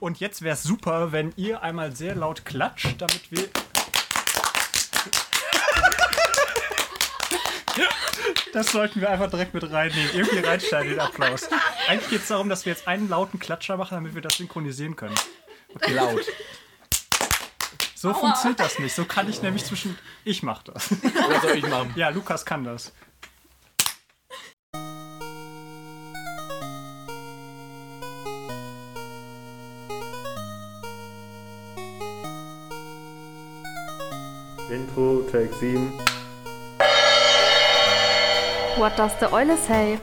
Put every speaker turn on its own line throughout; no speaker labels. Und jetzt wäre es super, wenn ihr einmal sehr laut klatscht, damit wir. Das sollten wir einfach direkt mit reinnehmen. Irgendwie reinschneiden den Applaus. Eigentlich geht es darum, dass wir jetzt einen lauten Klatscher machen, damit wir das synchronisieren können. Okay. Laut. So funktioniert das nicht. So kann ich nämlich zwischen. Ich mach das.
Was soll ich machen?
Ja, Lukas kann das.
Intro, Track 7.
What does the Eule say?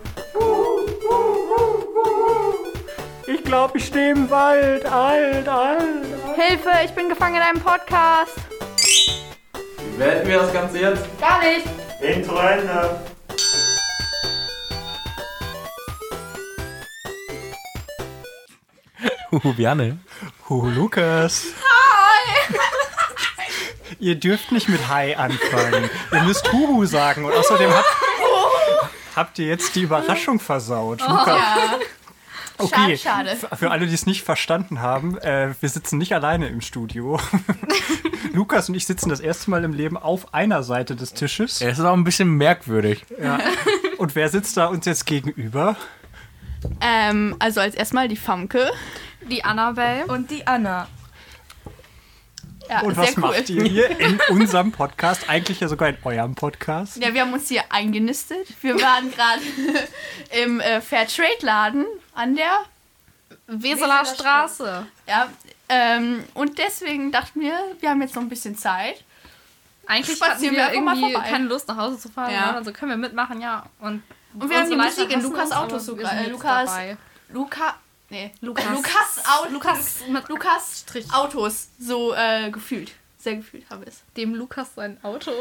Ich glaube, ich stehe im Wald. Alt, alt.
Hilfe, ich bin gefangen in einem Podcast.
Wie beenden wir das Ganze jetzt?
Gar nicht.
Intro Ende.
Huhu, Janne.
Huhu, Lukas. Hi. Ihr dürft nicht mit Hi anfangen. Ihr müsst Huhu sagen. Und außerdem habt, habt ihr jetzt die Überraschung versaut. Lukas. Okay,
Oh, Schade, schade.
F- für alle, die es nicht verstanden haben, äh, wir sitzen nicht alleine im Studio. Lukas und ich sitzen das erste Mal im Leben auf einer Seite des Tisches.
Äh, Es ist auch ein bisschen merkwürdig.
Und wer sitzt da uns jetzt gegenüber?
Ähm, also als erstmal die Famke.
Die Annabelle.
Und die Anna.
Ja,
Und
sehr
was
cool.
macht ihr hier in unserem Podcast? Eigentlich ja sogar in eurem Podcast.
Ja, wir haben uns hier eingenistet. Wir waren gerade im äh, Fairtrade-Laden an der.
Weseler Straße.
Ja, ähm, und deswegen dachten wir, wir haben jetzt noch ein bisschen Zeit.
Eigentlich hatten
Spazieren wir
wir
einfach mal
irgendwie
vorbei.
keine Lust nach Hause zu fahren.
Ja.
Ja. Also können wir mitmachen, ja. Und,
Und wir haben die
unsere
Musik
Leiter
in
hassen
Lukas
uns,
Auto
aber
so
wir sind
geil.
jetzt
Lukas-
dabei.
Luca. Nee,
Lukas.
Lukas, Au Lukas,
mit
Lukas
Strich.
Autos. So äh, gefühlt. Sehr gefühlt habe ich es.
Dem Lukas sein Auto.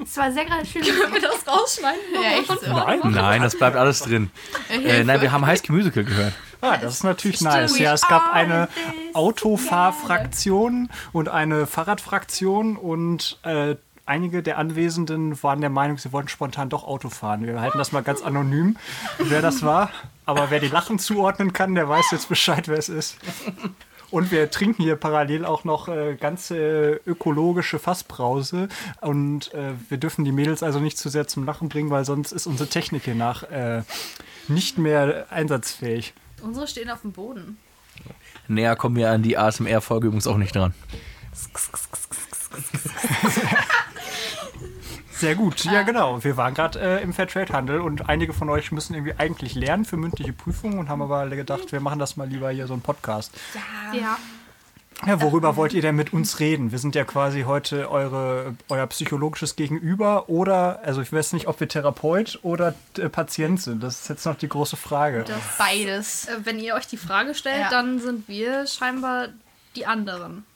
Es war sehr gerade schön.
Können wir das rausschneiden?
Ja, echt so.
Nein, das bleibt alles drin. Äh, nein, wir haben High Musical gehört.
Ah, das ist natürlich nice. Ja, es gab eine Autofahrfraktion und eine Fahrradfraktion und äh, einige der Anwesenden waren der Meinung, sie wollten spontan doch Auto fahren. Wir halten das mal ganz anonym, wer das war. Aber wer die Lachen zuordnen kann, der weiß jetzt Bescheid, wer es ist. Und wir trinken hier parallel auch noch äh, ganze ökologische Fassbrause. Und äh, wir dürfen die Mädels also nicht zu sehr zum Lachen bringen, weil sonst ist unsere Technik hier nach äh, nicht mehr einsatzfähig.
Unsere stehen auf dem Boden.
Näher kommen wir an die ASMR-Folge übrigens auch nicht dran.
Sehr gut, ja genau. Wir waren gerade äh, im Fairtrade-Handel und einige von euch müssen irgendwie eigentlich lernen für mündliche Prüfungen und haben aber alle gedacht, wir machen das mal lieber hier so einen Podcast.
Ja.
Ja, worüber wollt ihr denn mit uns reden? Wir sind ja quasi heute eure, euer psychologisches Gegenüber oder, also ich weiß nicht, ob wir Therapeut oder äh, Patient sind. Das ist jetzt noch die große Frage.
Beides.
Äh, Wenn ihr euch die Frage stellt,
Ja.
dann sind wir scheinbar die anderen.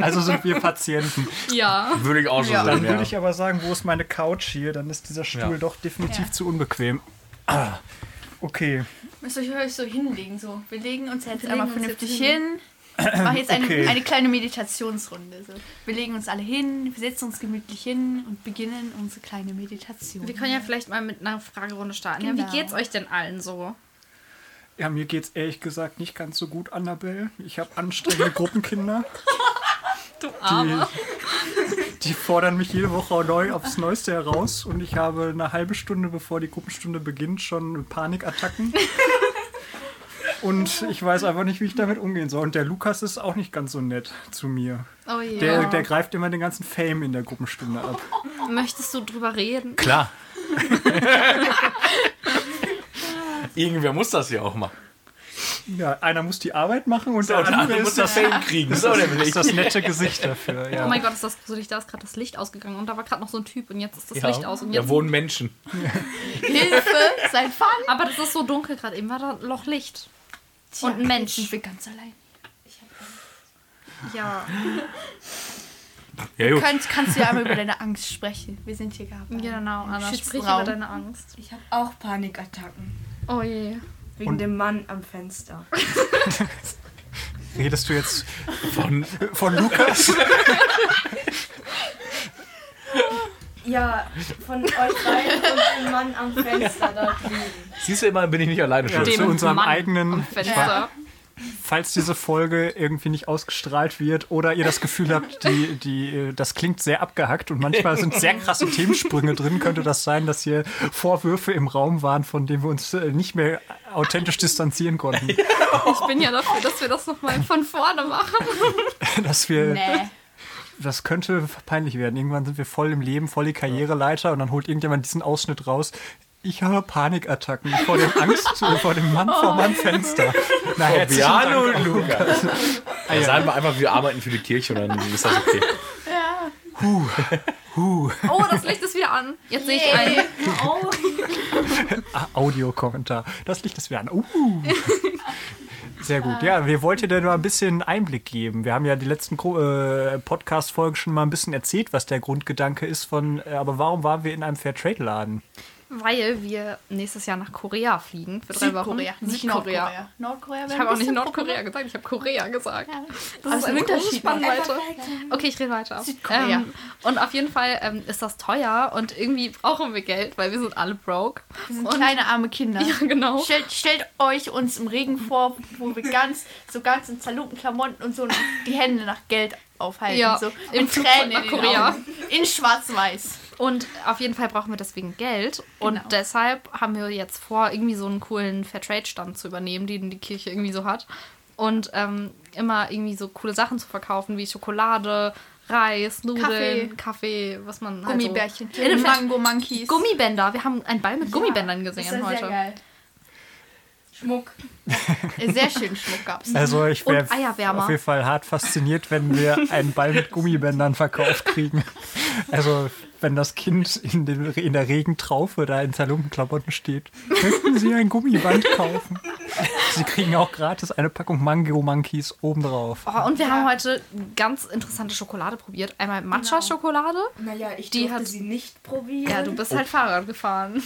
Also sind wir Patienten.
Ja.
Würde ich auch so
Dann würde ich aber sagen, wo ist meine Couch hier? Dann ist dieser Stuhl
Ja.
doch definitiv
Ja.
zu unbequem. Ah, okay.
Müsst ihr euch so hinlegen. So. Wir legen uns jetzt
legen
einmal
uns jetzt
vernünftig hin. Ich mache jetzt eine,
Okay.
eine kleine Meditationsrunde. So. Wir legen uns alle hin, wir setzen uns gemütlich hin und beginnen unsere kleine Meditation.
Wir können ja vielleicht mal mit einer Fragerunde starten. Ja,
Genau.
wie geht's euch denn allen so?
Ja, mir geht's ehrlich gesagt nicht ganz so gut, Annabelle. Ich habe anstrengende Gruppenkinder.
Du
Die, die fordern mich jede Woche neu aufs Neueste heraus und ich habe eine halbe Stunde, bevor die Gruppenstunde beginnt, schon Panikattacken. Und ich weiß einfach nicht, wie ich damit umgehen soll. Und der Lukas ist auch nicht ganz so nett zu mir.
Oh je.
Der, der greift immer den ganzen Fame in der Gruppenstunde ab.
Möchtest du drüber reden?
Klar. Irgendwer muss das ja auch machen.
Ja, einer muss die Arbeit machen und der
Und
andere
andere muss
ist
das
das,
Fame kriegen. Das ist auch der Beleg.
ist das nette Gesicht dafür. Ja.
Oh mein Gott, ist das gruselig. Da ist gerade das Licht ausgegangen und da war gerade noch so ein Typ und jetzt ist das
Ja.
Licht aus. Und
Da
jetzt,
wohnen Menschen.
Hilfe, sein Fahren.
aber das ist so dunkel gerade. Eben war da noch Licht. Und ein Mensch.
Sind wir ganz allein.
Ja.
Ja, jo.
Kannst, kannst du ja einmal über deine Angst sprechen. Wir sind hier gehabt.
Genau, Anna.
Schützt
Sprich
Raum.
über deine Angst.
Ich habe auch Panikattacken.
Oh je.
Wegen dem Mann am Fenster.
Redest du jetzt
Von
von Lukas?
Ja, von euch beiden und dem Mann am Fenster dort liegen.
Siehst du, immer bin ich nicht alleine schuld.
Dem- zu unserem eigenen-
am Fenster.
Falls diese Folge irgendwie nicht ausgestrahlt wird oder ihr das Gefühl habt, die, die, äh, das klingt sehr abgehackt und manchmal sind sehr krasse Themensprünge drin, könnte das sein, dass hier Vorwürfe im Raum waren, von denen wir uns äh, nicht mehr authentisch distanzieren konnten.
Ich bin ja dafür, dass wir das nochmal von vorne machen.
Dass wir,
Nee.
Das könnte peinlich werden. Irgendwann sind wir voll im Leben, voll die Karriereleiter und dann holt irgendjemand diesen Ausschnitt raus. Ich habe Panikattacken vor dem Angst, vor dem Mann vor meinem Fenster. Na, herzlichen
Piano
Dank.
und Lukas. Ja, sagen wir einfach, wir arbeiten für die Kirche und dann ist das okay.
Oh, das Licht ist wieder an. Jetzt sehe ich einen.
Oh.
Ah, Audiokommentar. Das Licht ist wieder an. Uh. Sehr gut. Ja, wir wollten dir nur ein bisschen Einblick geben. Wir haben ja die letzten Gro- äh, Podcast-Folgen schon mal ein bisschen erzählt, was der Grundgedanke ist von, äh, aber warum waren wir in einem Fairtrade-Laden?
Weil wir nächstes Jahr nach Korea fliegen. Für drei
Südkorea,
Wochen.
nicht Nordkorea. Nordkorea wäre
Ich habe auch
ein
nicht
bisschen Also
Nordkorea gesagt, ich habe Korea gesagt. Das
Aber
ist
es ist
eine
ein
große
Unterschied.
Spannweite. Okay, ich rede weiter.
Südkorea.
Ähm, und auf jeden Fall ähm, ist das teuer und irgendwie brauchen wir Geld, weil wir sind alle broke.
Wir sind kleine arme Kinder.
Ja, genau.
Stellt, stellt euch uns im Regen vor, wo wir ganz, so ganz in zerlumpten Klamotten und so die Hände nach Geld aufhalten.
Ja,
so,
im
mit
Flugzeug
Tränen
nach
in den
Korea.
Augen. In schwarz-weiß.
Und auf jeden Fall brauchen wir deswegen Geld. Und
Genau.
deshalb haben wir jetzt vor, irgendwie so einen coolen Fairtrade-Stand zu übernehmen, den die Kirche irgendwie so hat. Und ähm, immer irgendwie so coole Sachen zu verkaufen, wie Schokolade, Reis, Nudeln, Kaffee, was man halt
Gummibärchen.
So. In den Fact-
Mango Monkeys.
Gummibänder. Wir haben einen Ball mit Gummibändern
Das
gesehen
war
heute.
Sehr, geil. Äh,
Schmuck.
sehr schönen Schmuck gab's.
Also ich wäre
Und Eierwärmer.
auf jeden Fall hart fasziniert, wenn wir einen Ball mit Gummibändern verkauft kriegen. Also wenn das Kind in, den, in der Regentraufe da in Zerlumpenklamotten steht, möchten Sie ein Gummiband kaufen? Sie kriegen auch gratis eine Packung Mango Monkeys obendrauf.
Oh, und wir haben heute ganz interessante Schokolade probiert. Einmal
Genau.
Matcha-Schokolade.
Naja, ich
Die
durfte
hat-
sie nicht probieren.
Ja, du bist halt Fahrrad gefahren.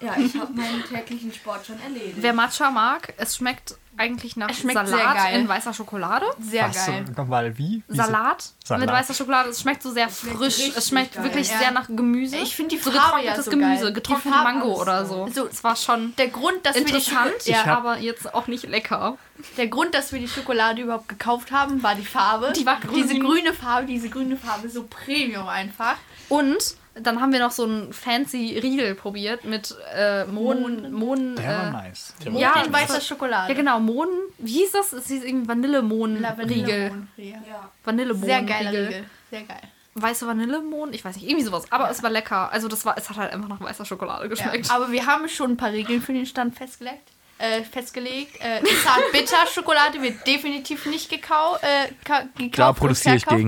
Ja, ich habe meinen täglichen Sport schon erledigt.
Wer Matcha mag, es schmeckt eigentlich nach
Es schmeckt sehr
Salat
geil.
in weißer Schokolade.
Sehr geil.
Nochmal, wie? Wie
Salat,
Salat.
mit weißer Schokolade. Es schmeckt so sehr frisch. Es
richtig
schmeckt
geil.
wirklich
Ja.
sehr nach Gemüse.
Ich finde die
so
Farbe ja
getrocknetes
so geil.
Gemüse,
Die
getrocknete
Farbe
Mango
ist
oder so.
so.
so. Es war schon
Der Grund, dass wir die
interessant,
Schoko- ja,
hab-
aber jetzt auch nicht lecker.
der Grund, dass wir die Schokolade überhaupt gekauft haben, war die Farbe.
Die war
Diese
grün.
grüne Farbe, diese grüne Farbe, so Premium einfach.
Und dann haben wir noch so einen fancy Riegel probiert mit äh, Mohn. Mohn
Der war
äh,
nice.
Ja,
in
das
weißer
war-
Schokolade.
ja, genau. Mohn. Wie hieß das? Es hieß irgendwie Vanillemohnriegel.
Vanillemohnriegel.
Ja.
Vanillemohnriegel.
Sehr geiler Riegel. Sehr geil.
Weiße Vanillemohn? Ich weiß nicht, irgendwie sowas. Aber es war lecker. Also, das war, es hat halt einfach nach weißer Schokolade geschmeckt.
Ja. Aber wir haben schon ein paar Regeln für den Stand festgelegt. Äh, festgelegt. Äh, Zart bitter Schokolade wird definitiv nicht gekau äh, ka- gekauft.
Da
und
protestiere ich
verkauft.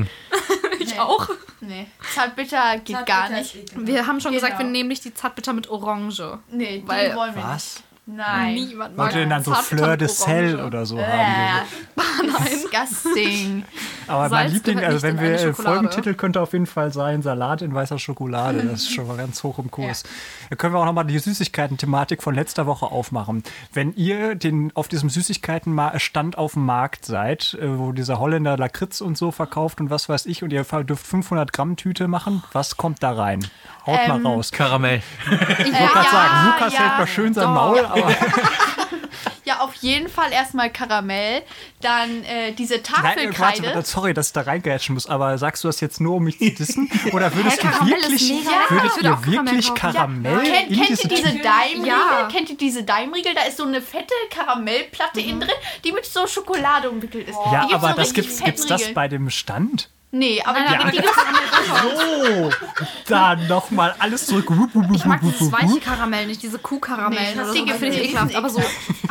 gegen.
Nee.
Auch.
Nee. Zart bitter geht gar nicht.
Wir haben schon gesagt, wir
Genau.
nehmen nicht die Zartbitter mit Orange.
Nee, die
Weil-
wollen wir
Was?
nicht. Nein.
Niemand mag
Wollt ihr denn dann so
Zartbitter
Fleur
mit
de Sel
Orange.
oder so haben?
Äh, disgusting.
Aber mein
Salz
Liebling,
gehört
also wenn
nicht in
wir
eine Schokolade.
Folgentitel könnte auf jeden Fall sein Salat in weißer Schokolade. Das ist schon mal ganz hoch im Kurs. Da können wir auch nochmal die Süßigkeiten-Thematik von letzter Woche aufmachen. Wenn ihr den, auf diesem Süßigkeiten-Stand auf dem Markt seid, äh, wo dieser Holländer Lakritz und so verkauft und was weiß ich, und ihr fa- dürft 500 Gramm Tüte machen, was kommt da rein? Haut
Ähm,
mal raus. Ich
Karamell.
wollte gerade
ja,
sagen, Lukas
ja,
hält mal schön sein
doch.
Maul, aber
Ja, auf jeden Fall erstmal Karamell, dann äh, diese
nein, warte,
Tafelkreide.
warte, sorry, dass ich da reingrätschen muss, aber sagst du das jetzt nur, um mich zu dissen? Oder würdest du
Karamell ist
wirklich,
mega lecker.
würdest
Ich würde auch
ihr
Karamell
wirklich
kaufen. Ah,
Karamell
Kennt,
in
kennt
diese
ihr diese
Tüte?
Daimriegel?
Ja.
Kennt ihr diese Daimriegel? Da ist so eine fette Karamellplatte
Mhm.
innen drin, die mit so Schokolade umwickelt
Oh.
ist.
Ja,
Die gibt's
aber
so
das
richtig
gibt's,
fetten
gibt's das
Riegel.
bei dem Stand?
Nee, aber
Nein,
die,
aber
die
die
gibt's
Oh, da nochmal alles zurück.
Ich mag dieses weiche Karamell nicht, diese Kuhkaramellen
Nee,
oder
die
so.
gibt's
Das finde ich
nicht.
ekelhaft. Aber so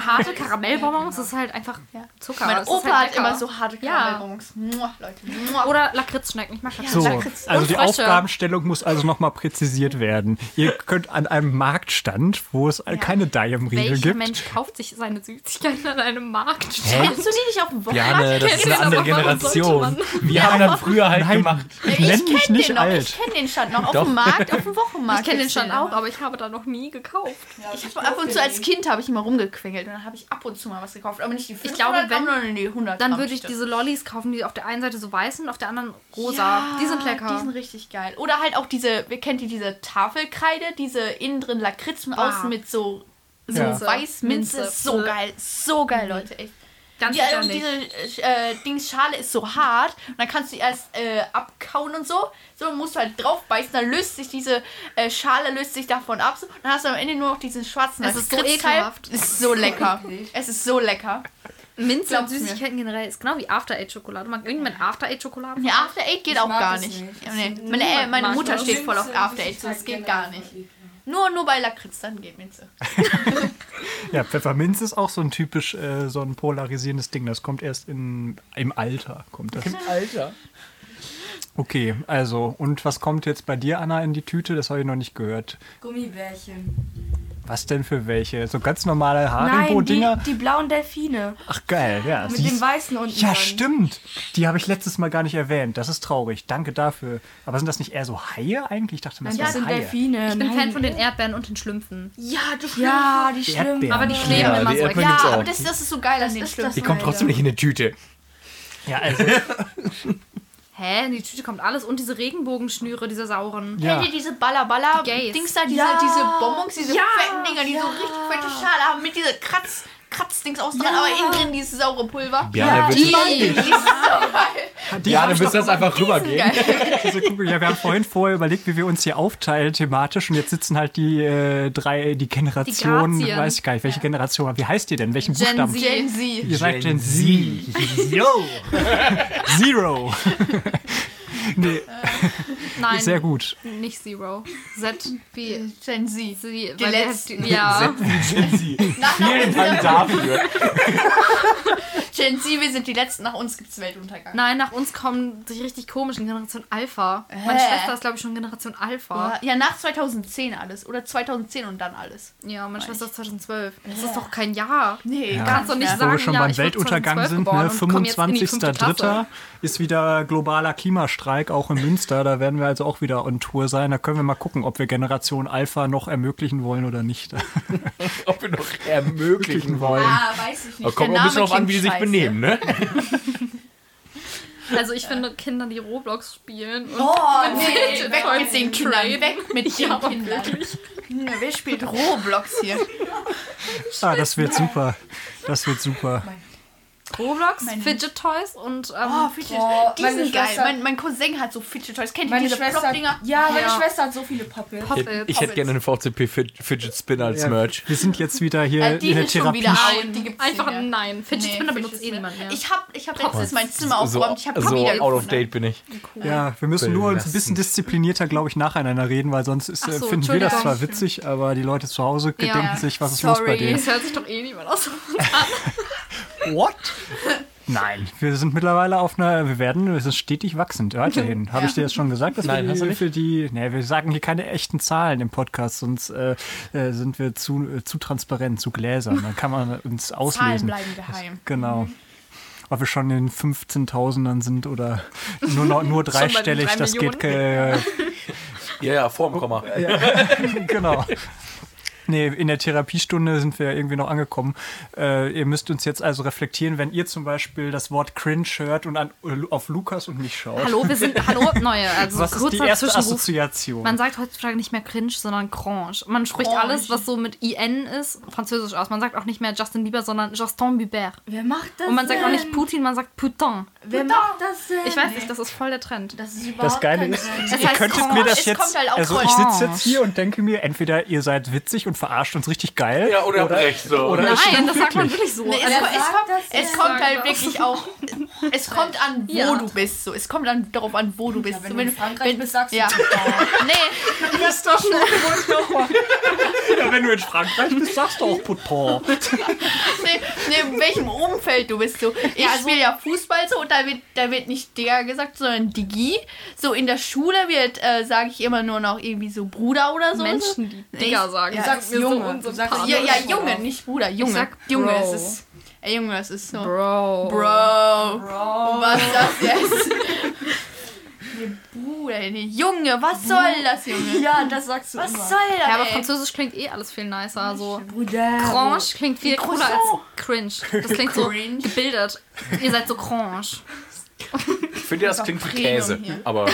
harte Karamellbonbons, das ist halt einfach Zucker.
Mein
Das ist
Opa
halt
hat
lecker.
immer so harte
Ja.
Karamellbonbons. Muah, Leute. Muah.
Oder Lakritzschnecken. Ich mag Lakritzschnecken.
So, also
Und
die
Frösche.
Aufgabenstellung muss also nochmal präzisiert werden. Ihr könnt an einem Marktstand, wo es keine Dime-Riegel
Welcher
gibt,
Mensch kauft sich seine Süßigkeiten an einem Markt?
Kennst du die nicht auf dem Wochenmarkt?
Diane, das ist eine andere
Warum sollte
Generation.
man-
Wir haben dann früher früher halt
Nein.
gemacht.
Ich
Ich
nenn
kenn
mich nicht
den noch. Ich
alt.
kenne den Stand noch. Auf
Doch.
dem Markt, auf dem Wochenmarkt.
Ich kenne den
gibt's
Stand auch,
noch.
aber ich habe da noch nie gekauft.
Ich hab ab und zu als Kind habe ich immer rumgequengelt und dann habe ich ab und zu mal was gekauft. Aber nicht die 500
glaube, wenn-
Gramm, sondern die 100
Dann
Gramm
würde ich
Stück.
diese Lollis kaufen, die auf der einen Seite so weiß sind, auf der anderen rosa.
Ja,
die sind lecker.
Die sind richtig geil. Oder halt auch diese, wer kennt die, diese Tafelkreide, diese innen drin Lakritz und
Ah.
außen mit so, so
Ja.
weiß Minze.
Minze. Mhm.
So geil, so geil, Leute, echt.
Ganz
ja, und
beständig.
diese äh, Dingsschale ist so hart und dann kannst du die erst äh, abkauen und so. So musst du halt draufbeißen, dann löst sich diese äh, Schale löst sich davon ab. So. Dann hast du am Ende nur noch diesen schwarzen
Es ist so
Lakritzteil.
ekelhaft.
Ist so lecker. es ist so lecker.
Minze und
Glaub's mir.
Süßigkeiten generell ist genau wie After-Eight-Schokolade. Mag irgendjemand After-Eight-Schokolade?
Ja, After Eight geht
Ich
auch
mag
gar
es
nicht.
nicht.
Ja, nee.
Niemand
Meine, äh, meine
mag
Mutter
das.
steht voll auf After Eight, so das geht gar nicht. Nur, nur bei Lakritz, dann geht Minze.
Ja, Pfefferminz ist auch so ein typisch, äh, so ein polarisierendes Ding. Das kommt erst in, im Alter. Kommt das.
Alter.
Okay, also, und was kommt jetzt bei dir, Anna, in die Tüte? Das habe ich noch nicht gehört.
Gummibärchen.
Was denn für welche? So ganz normale
Nein, die,
Haribo-Dinger?
die blauen Delfine.
Ach, geil, ja.
Mit
siehst-
dem weißen unten
Ja,
dran.
stimmt. Die habe ich letztes Mal gar nicht erwähnt. Das ist traurig. Danke dafür. Aber sind das nicht eher so Haie eigentlich? Ich dachte, das
Ah, Ja, das
wären
sind
Haie.
Delfine.
Ich bin Fan von den Erdbeeren und den Schlümpfen.
Ja, du
Ja, die schlimm.
Erdbeeren.
Aber die kleben
Ja,
immer
die
so
Erdbeeren
Ja,
gibt's auch.
aber Ah, das, das ist so geil an den
ist
Schlümpfen.
Die kommt trotzdem nicht in eine Tüte.
Ja, also,
Hä? In die Tüte kommt alles und diese Regenbogenschnüre, diese sauren.
ja. also
Kennt ihr diese Balla-Balla
Die Gays.
Dings da, diese,
Ja.
diese Bonbons, diese
Ja.
fetten Dinger, die so richtig fette Schale haben mit dieser Kratz, Kratzdings außen dran,
Ja.
aber innen drin dieses saure
Ja,
Pulver.
die-
ja,
Die ist so geil.
Die
dann willst du das einfach rübergehen.
Also, guck mal, ja, wir haben vorhin vorher überlegt, wie wir uns hier aufteilen thematisch und jetzt sitzen halt die äh, drei, die Generationen,
Grazien.
weiß ich gar nicht, welche Generation, aber wie heißt ihr denn? Welchen
Gen
Buchstaben?
Z.
Gen Z.
Ihr seid Gen Z.
Yo!
Zero. nee,
Nein,
sehr gut.
nicht Zero. Z wie
Gen Z.
die,
Die
weil der
letzten.
heißt- Ja.
Vielen Dank dafür.
Gen Z, wir sind die Letzten, nach uns gibt's Weltuntergang.
Nein, nach uns kommen die richtig komischen Generation Alpha. Meine
Hä?
Schwester ist, glaube ich, schon Generation Alpha.
Ja, ja, nach 2010 alles. Oder 2010 und dann alles.
Ja, meine Schwester ist 2012. Das ist doch kein Jahr.
Nee,
Ja.
Kannst doch nicht
Wo
sagen,
wir schon
ja,
beim
ich wurde
Weltuntergang
2012
sind,
geboren
ne?
und komm jetzt in die fünfte
25.03.
Klasse.
ist wieder globaler Klimastreik, auch in Münster. Da werden wir also auch wieder on Tour sein. Da können wir mal gucken, ob wir Generation Alpha noch ermöglichen wollen oder nicht.
Ob wir noch ermöglichen wollen.
Ah, weiß ich nicht.
Aber kommt auch ein bisschen
Der Name
drauf an, wie die sich
klingt scheiße.
benehmen, ne?
Also ich finde Kinder, die Roblox spielen und
Oh, nee, weg
Voll
mit den Kindern, weg mit den Kindern. Hm, Wer spielt Roblox hier?
Ah, das wird super. Das wird super.
Roblox,
Meine-
Fidget Toys und ähm,
Oh, Fidget,
Boah,
die
meine
sind geil.
Schwester-
Mein, mein Cousin hat so Fidget Toys. Kennt ihr
Meine
diese
Schwester,
Plop-Dinger?
ja, meine
Ja.
Schwester hat so viele Pappe.
Ich,
Poppets.
ich hätte gerne einen VCP Fid- Fidget Spinner als
Ja,
Merch.
Wir sind jetzt wieder hier
Äh, die
in der
sind schon
Therapie.
wieder out. Die
Nein,
gibt's
einfach
nicht mehr.
nein. Fidget
Nee,
Spinner
Fidget
benutzt eh niemand mehr.
Ich hab, ich hab letztens mein Zimmer
So,
aufgeräumt. Ich hab
so
Papier
out of
ne?
gefunden.
date bin ich.
Ja, wir müssen nur uns ein bisschen
Belastend.
disziplinierter, glaube ich, nacheinander reden, weil sonst ist,
Ach
äh,
so,
finden wir das
Entschuldigung.
zwar witzig, aber die Leute zu Hause
Ja,
denken
ja.
sich, was ist los bei
Sorry.
dir?
das hört sich doch eh niemand aus.
What? Nein, wir sind mittlerweile auf einer, wir werden, es ist stetig wachsend, weiterhin. Habe ich dir das schon gesagt? Dass
Nein,
wir
hast du
die,
nicht.
Für die, nee, wir sagen hier keine echten Zahlen im Podcast, sonst äh, äh, sind wir zu, äh, zu transparent, zu gläsern. Dann kann man uns
Zahlen
auslesen.
bleiben geheim.
Genau. Ob wir schon in den 15.000ern sind oder nur, noch- nur
bei den
dreistellig,
drei
das geht äh,
Ja, ja, vorm Komma.
genau. Nee, in der Therapiestunde sind wir irgendwie noch angekommen. Äh, ihr müsst uns jetzt also reflektieren, wenn ihr zum Beispiel das Wort cringe hört und an, auf Lukas und mich schaut.
hallo, wir sind hallo neue. Also
Was ist die
kurzer
erste
Zwischenruf.
Assoziation?
Man sagt heutzutage nicht mehr cringe, sondern crange. Man spricht
Crange.
alles, was so mit IN ist, französisch aus. Man sagt auch nicht mehr Justin Bieber, sondern Justin Bieber.
Wer macht das
Und man sagt auch
denn?
nicht Putin, man sagt Putin.
Wer macht das denn?
Ich weiß nicht, das ist voll der Trend.
Das ist überhaupt
das Geile
kein-
ist,
halt Es
ihr
heißt
könntet
cringe.
mir das
Es
jetzt.
kommt halt auch
also, ich
cringe.
sitze jetzt hier und denke mir, entweder ihr seid witzig und verarscht uns richtig geil.
Ja, oder, recht so.
Oder-
Nein,
ist schon
das sagt man wirklich so.
Nee, es,
Also,
kommt- es,
sagt
kommt,
das
es
denn?
kommt
Sag
halt
doch.
wirklich auch. Es kommt an, wo
Ja.
du bist. So. Es kommt an, darauf an, wo du bist.
wenn
so,
du in Frankreich bist, sagst du
ja.
nee,
Ja, wenn du in Frankreich bist, sagst du auch Putin.
nee, nee, in welchem Umfeld du bist. So. Ich spiele ja also- Fußball so und da wird, da wird nicht der gesagt, sondern Digi. So in der Schule wird, äh, sage ich immer nur noch irgendwie so Bruder oder so.
Menschen, die Digger also sagen,
Du
Ja.
sagst
sind mir
Junge. Du sagst
Ja, ja,
Junge.
Junge, nicht Bruder, Junge.
sag
Junge,
Bro.
es ist. Ey, Junge, es ist so.
Bro.
oh.
Bro. Was ist das jetzt? dahin. Junge, was soll das, Junge?
Ja, das sagst du
Was
immer.
soll das?
Ja, aber
ey?
Französisch klingt eh alles viel nicer. So
Bruder.
Cranche klingt viel cooler als
Croissant.
cringe. Das klingt so
Cringe.
gebildet. Ihr seid so cranche.
Ich finde, das klingt wie Käse. Aber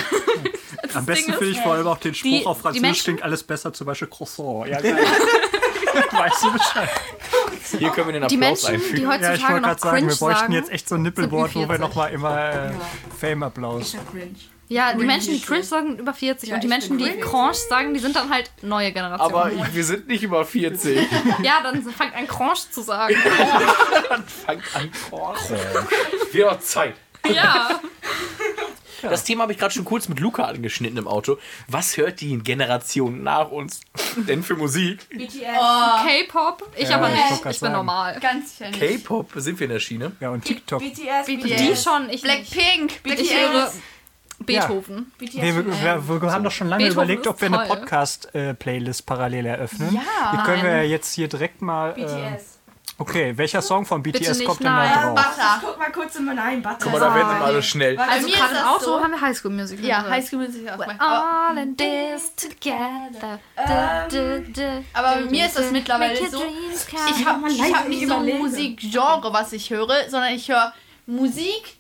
Am besten
Ding halt,
finde ich vor allem auch den Spruch
die-
auf
die
Französisch
Menschen-
klingt alles besser, zum Beispiel Croissant. Ja, geil. weißt du Bescheid?
hier können wir den
Die
Applaus
Menschen,
einfügen.
die
Ja, ich wollte
heutzutage noch
gerade sagen,
cringe
wir bräuchten
sagen.
jetzt echt so ein Nippelboard, wo wir
Ü40.
nochmal immer äh,
genau.
Fame-Applaus.
ja, die Menschen, die cringe sagen, sind über 40. und die
ich
Menschen,
bin
die cranche sagen, die sind dann halt neue Generation.
Aber ich, wir sind nicht über 40.
ja, dann fangt an, cranche zu sagen.
Fangt an, Korn. Wir haben Zeit.
ja.
Das Thema habe ich gerade schon kurz mit Luca angeschnitten im Auto. Was hört die Generation nach uns denn für Musik?
BTS.
K-Pop, ich
Ja,
aber
ich
nicht.
wollte grad
Ich, bin
sagen.
normal.
Ganz sicher nicht.
K-Pop sind wir in der Schiene.
Ja, und TikTok.
BTS.
Die schon, ich nicht.
Blackpink,
Ich höre Beethoven.
BTS.
Wir, wir, wir haben doch schon lange
Beethoven
überlegt,
ist
ob wir eine
toll.
Podcast-Playlist parallel eröffnen.
Ja.
Die können wir jetzt hier direkt mal. Äh,
BTS.
okay, welcher Song von BTS
nicht,
kommt denn
nein.
da drauf?
Ähm,
Butter.
warte, ich guck mal kurz in mein Nein, Butter.
Guck mal, da werden immer alle schnell.
Warte,
Also
mir
gerade
ist
im
das
Auto oh,
so.
haben wir Highschool Musical.
Ja,
gehört.
High School Musical. Aber,
All in this together.
aber bei mir ist das mittlerweile so. Ich habe
man
ich
leise
hab nicht so ein
überlegen.
Musikgenre, was ich höre, sondern ich höre Musik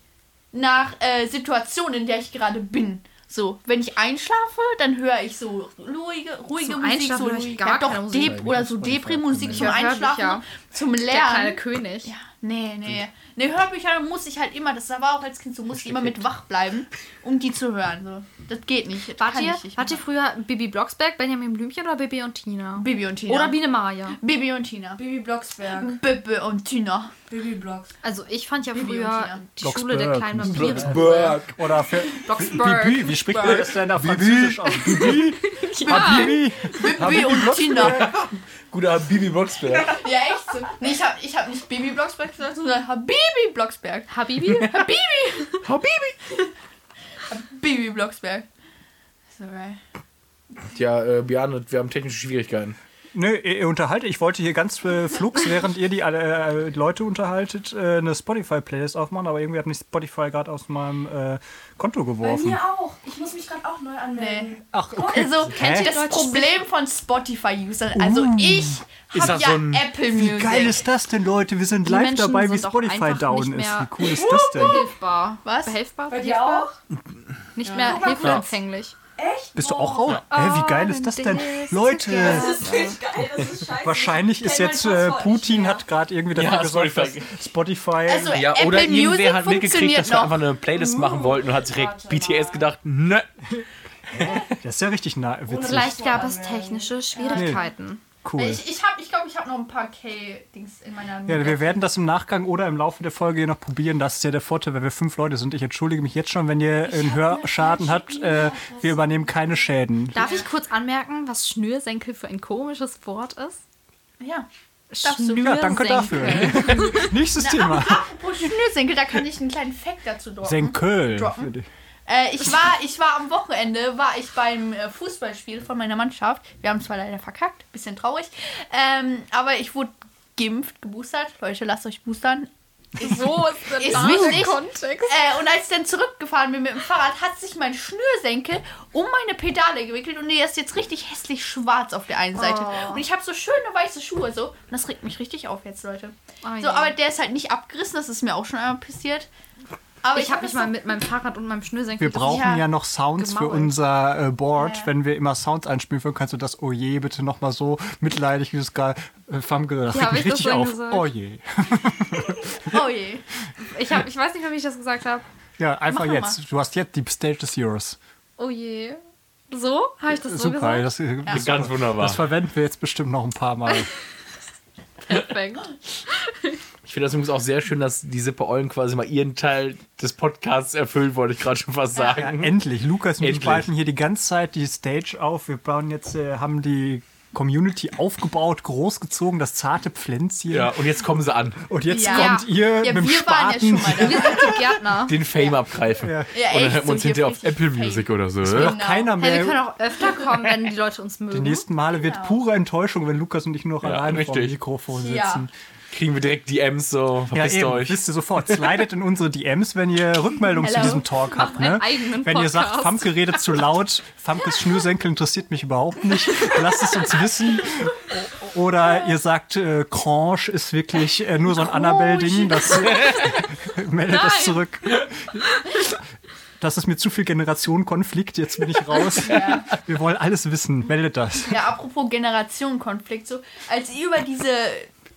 nach äh, Situation, in der ich gerade bin. So, wenn ich einschlafe, dann höre ich so ruhige, ruhige
Zum
Musik,
Einschlafen
so
höre ich
ruhige-
gar
ja, doch
keine Musik.
Dep oder so Depri-Musik zum
Ja, hör dich,
Einschlafen,
ja.
zum
der kleine
Lernen.
König.
Nee, nee. Nee, Hörbücher muss ich halt immer, das war auch als Kind so, muss ich immer mit wach bleiben, um die zu hören. So. Das geht nicht. Das
Wart
kann
ihr,
ich nicht
wart ihr
machen.
früher Bibi Blocksberg, Benjamin Blümchen oder Bibi und Tina?
Bibi und Tina.
Oder Biene Maya.
Bibi und Tina.
Bibi Blocksberg.
Bibi und Tina.
Bibi Blocks.
Also ich fand ja
Bibi und
früher
Tina.
die Schule der kleinen Vampire.
Blocksberg.
Oder für
Blocksberg.
Bibi, wie spricht man das denn auf Französisch aus? Bibi? Bibi?
Bibi und Tina.
Guter Bibi Blocksberg.
Ja, echt so. Nee, ich hab, ich hab nicht Bibi Blocksberg gesagt, sondern Habibi Blocksberg.
Habibi?
Bibi Blocksberg. Ist alright.
Ja, äh, Björn, wir haben technische Schwierigkeiten.
Nö, ihr, ihr unterhaltet. Ich wollte hier ganz äh, flugs, während ihr die alle, äh, Leute unterhaltet, äh, eine Spotify-Playlist aufmachen, aber irgendwie hat mich Spotify gerade aus meinem äh, Konto
Bei
geworfen.
mir auch. Ich muss mich gerade auch neu anmelden.
Nee.
Ach, okay.
Also,
Hä?
kennt ihr das Problem von Spotify-Usern? Also, ich
Ist
hab
das
ja
so ein-
Apple
Wie
Music.
geil ist das denn, Leute? Wir sind
Die
live
Menschen
dabei, wie
sind doch
Spotify
einfach
down
nicht
ist.
mehr-
Wie cool ist das denn?
Hilfbar.
Was?
Behilfbar?
Bei dir auch?
Nicht mehr
Ja.
hilfeempfänglich.
Echt?
Bist du auch raus? Hä, wie geil ist das denn? Leute,
Das ist nicht geil, das ist scheiße.
wahrscheinlich
Ich kenn
ist
mein
jetzt äh,
Passwort
Putin
nicht mehr.
hat gerade irgendwie dafür
Ja,
gesorgt,
Spotify.
dass Spotify...
Also,
Ja,
Apple
oder
Music
irgendwer hat mitgekriegt,
funktioniert
dass wir
noch. Uh.
einfach eine Playlist machen wollten und hat direkt BTS gedacht, ne. nö.
das ist ja richtig na witzig.
Vielleicht gab es technische Schwierigkeiten.
Cool.
Ich, ich habe, ich glaube, ich habe noch ein paar K-Dings in meiner
Ja, wir werden das im Nachgang oder im Laufe der Folge hier noch probieren. Das ist ja der Vorteil, weil wir fünf Leute sind. Ich entschuldige mich jetzt schon, wenn ihr einen Hörschaden habt. Äh, wir übernehmen keine Schäden.
Darf ich kurz anmerken, was Schnürsenkel für ein komisches Wort ist?
ja. Darfst du.
Schnürsenkel.
Ja, danke dafür. Nächstes Thema.
Apropos Schnürsenkel, da kann ich einen kleinen Fact dazu droppen.
Senköl.
Droppen. Äh, ich, war, ich war am Wochenende war ich beim äh, Fußballspiel von meiner Mannschaft. Wir haben zwar leider verkackt, bisschen traurig, ähm, aber ich wurde geimpft, geboostert. Leute, lasst euch boostern.
So ist der
Ist
Name
wichtig.
Kontext.
Äh, und als ich dann zurückgefahren bin mit dem Fahrrad, hat sich mein Schnürsenkel um meine Pedale gewickelt und der ist jetzt richtig hässlich schwarz auf der einen Seite.
Oh.
Und ich habe so schöne weiße Schuhe so. Und das regt mich richtig auf jetzt, Leute.
Oh
so,
je.
aber der ist halt nicht abgerissen, das ist mir auch schon einmal passiert. Aber ich,
Ich habe
das
mich mal
so-
mit meinem Fahrrad und meinem Schnürsenkel.
Wir brauchen ja noch Sounds für
gemault.
unser äh, Board. Wenn wir immer Sounds einspielen würden, kannst du das Oh je bitte nochmal so mitleidig, wie du es gerade äh, Famke das
Ja, hab
regt
ich
mich richtig
das schon
auf.
gesagt?
Oh je.
Oh je.
Ich, hab, ich weiß nicht mehr, wie ich das gesagt habe.
Ja, einfach
Mach
jetzt. Du hast jetzt die Stage is yours.
Oh je. So? Habe ich das so
Super.
gesagt?
Das, äh, das,
Ganz wunderbar.
das verwenden wir jetzt bestimmt noch ein paar Mal.
Perfekt.
Ich finde das übrigens auch sehr schön, dass die Sippe Eulen quasi mal ihren Teil des Podcasts erfüllen, wollte ich gerade schon fast
Ja,
sagen.
endlich. Lukas und ich
Endlich.
behalten hier die ganze Zeit die Stage auf. Wir bauen jetzt, äh, haben die Community aufgebaut, großgezogen, das zarte Pflänzchen.
Ja, und jetzt kommen sie an.
Und jetzt
Ja.
kommt ihr
Ja,
mit dem
wir waren ja
Spaten.
schon mal da.
Wir sind die Gärtner.
Den Fame abgreifen.
Ja,
und dann
echt,
hört man uns
so hier
hinterher auf
richtig
Apple
Fame.
Music oder so.
will
oder?
noch-
Keiner
Hey, wir
mehr.
können auch öfter kommen, wenn die Leute uns
die
mögen.
nächsten Male wird pure Enttäuschung, wenn Lukas und ich nur noch
Ja,
alleine vor dem
richtig.
Mikrofon
Ja.
sitzen.
kriegen wir direkt DMs so,
Ja,
verpisst
eben,
euch.
wisst ihr sofort. Slidet in unsere DMs, wenn ihr Rückmeldung zu
Hello.
diesem Talk habt.
einen
Ne?
eigenen
Wenn ihr sagt,
Podcast.
Famke redet zu laut, Famkes Schnürsenkel interessiert mich überhaupt nicht, lasst es uns wissen. Oder ihr sagt, äh, Cranch ist wirklich äh, nur so ein Annabelle-Ding, das meldet es zurück. Das ist mir zu viel Generationenkonflikt, jetzt bin ich raus. Wir wollen alles wissen, meldet das.
Ja, apropos Generationenkonflikt, so als ihr über diese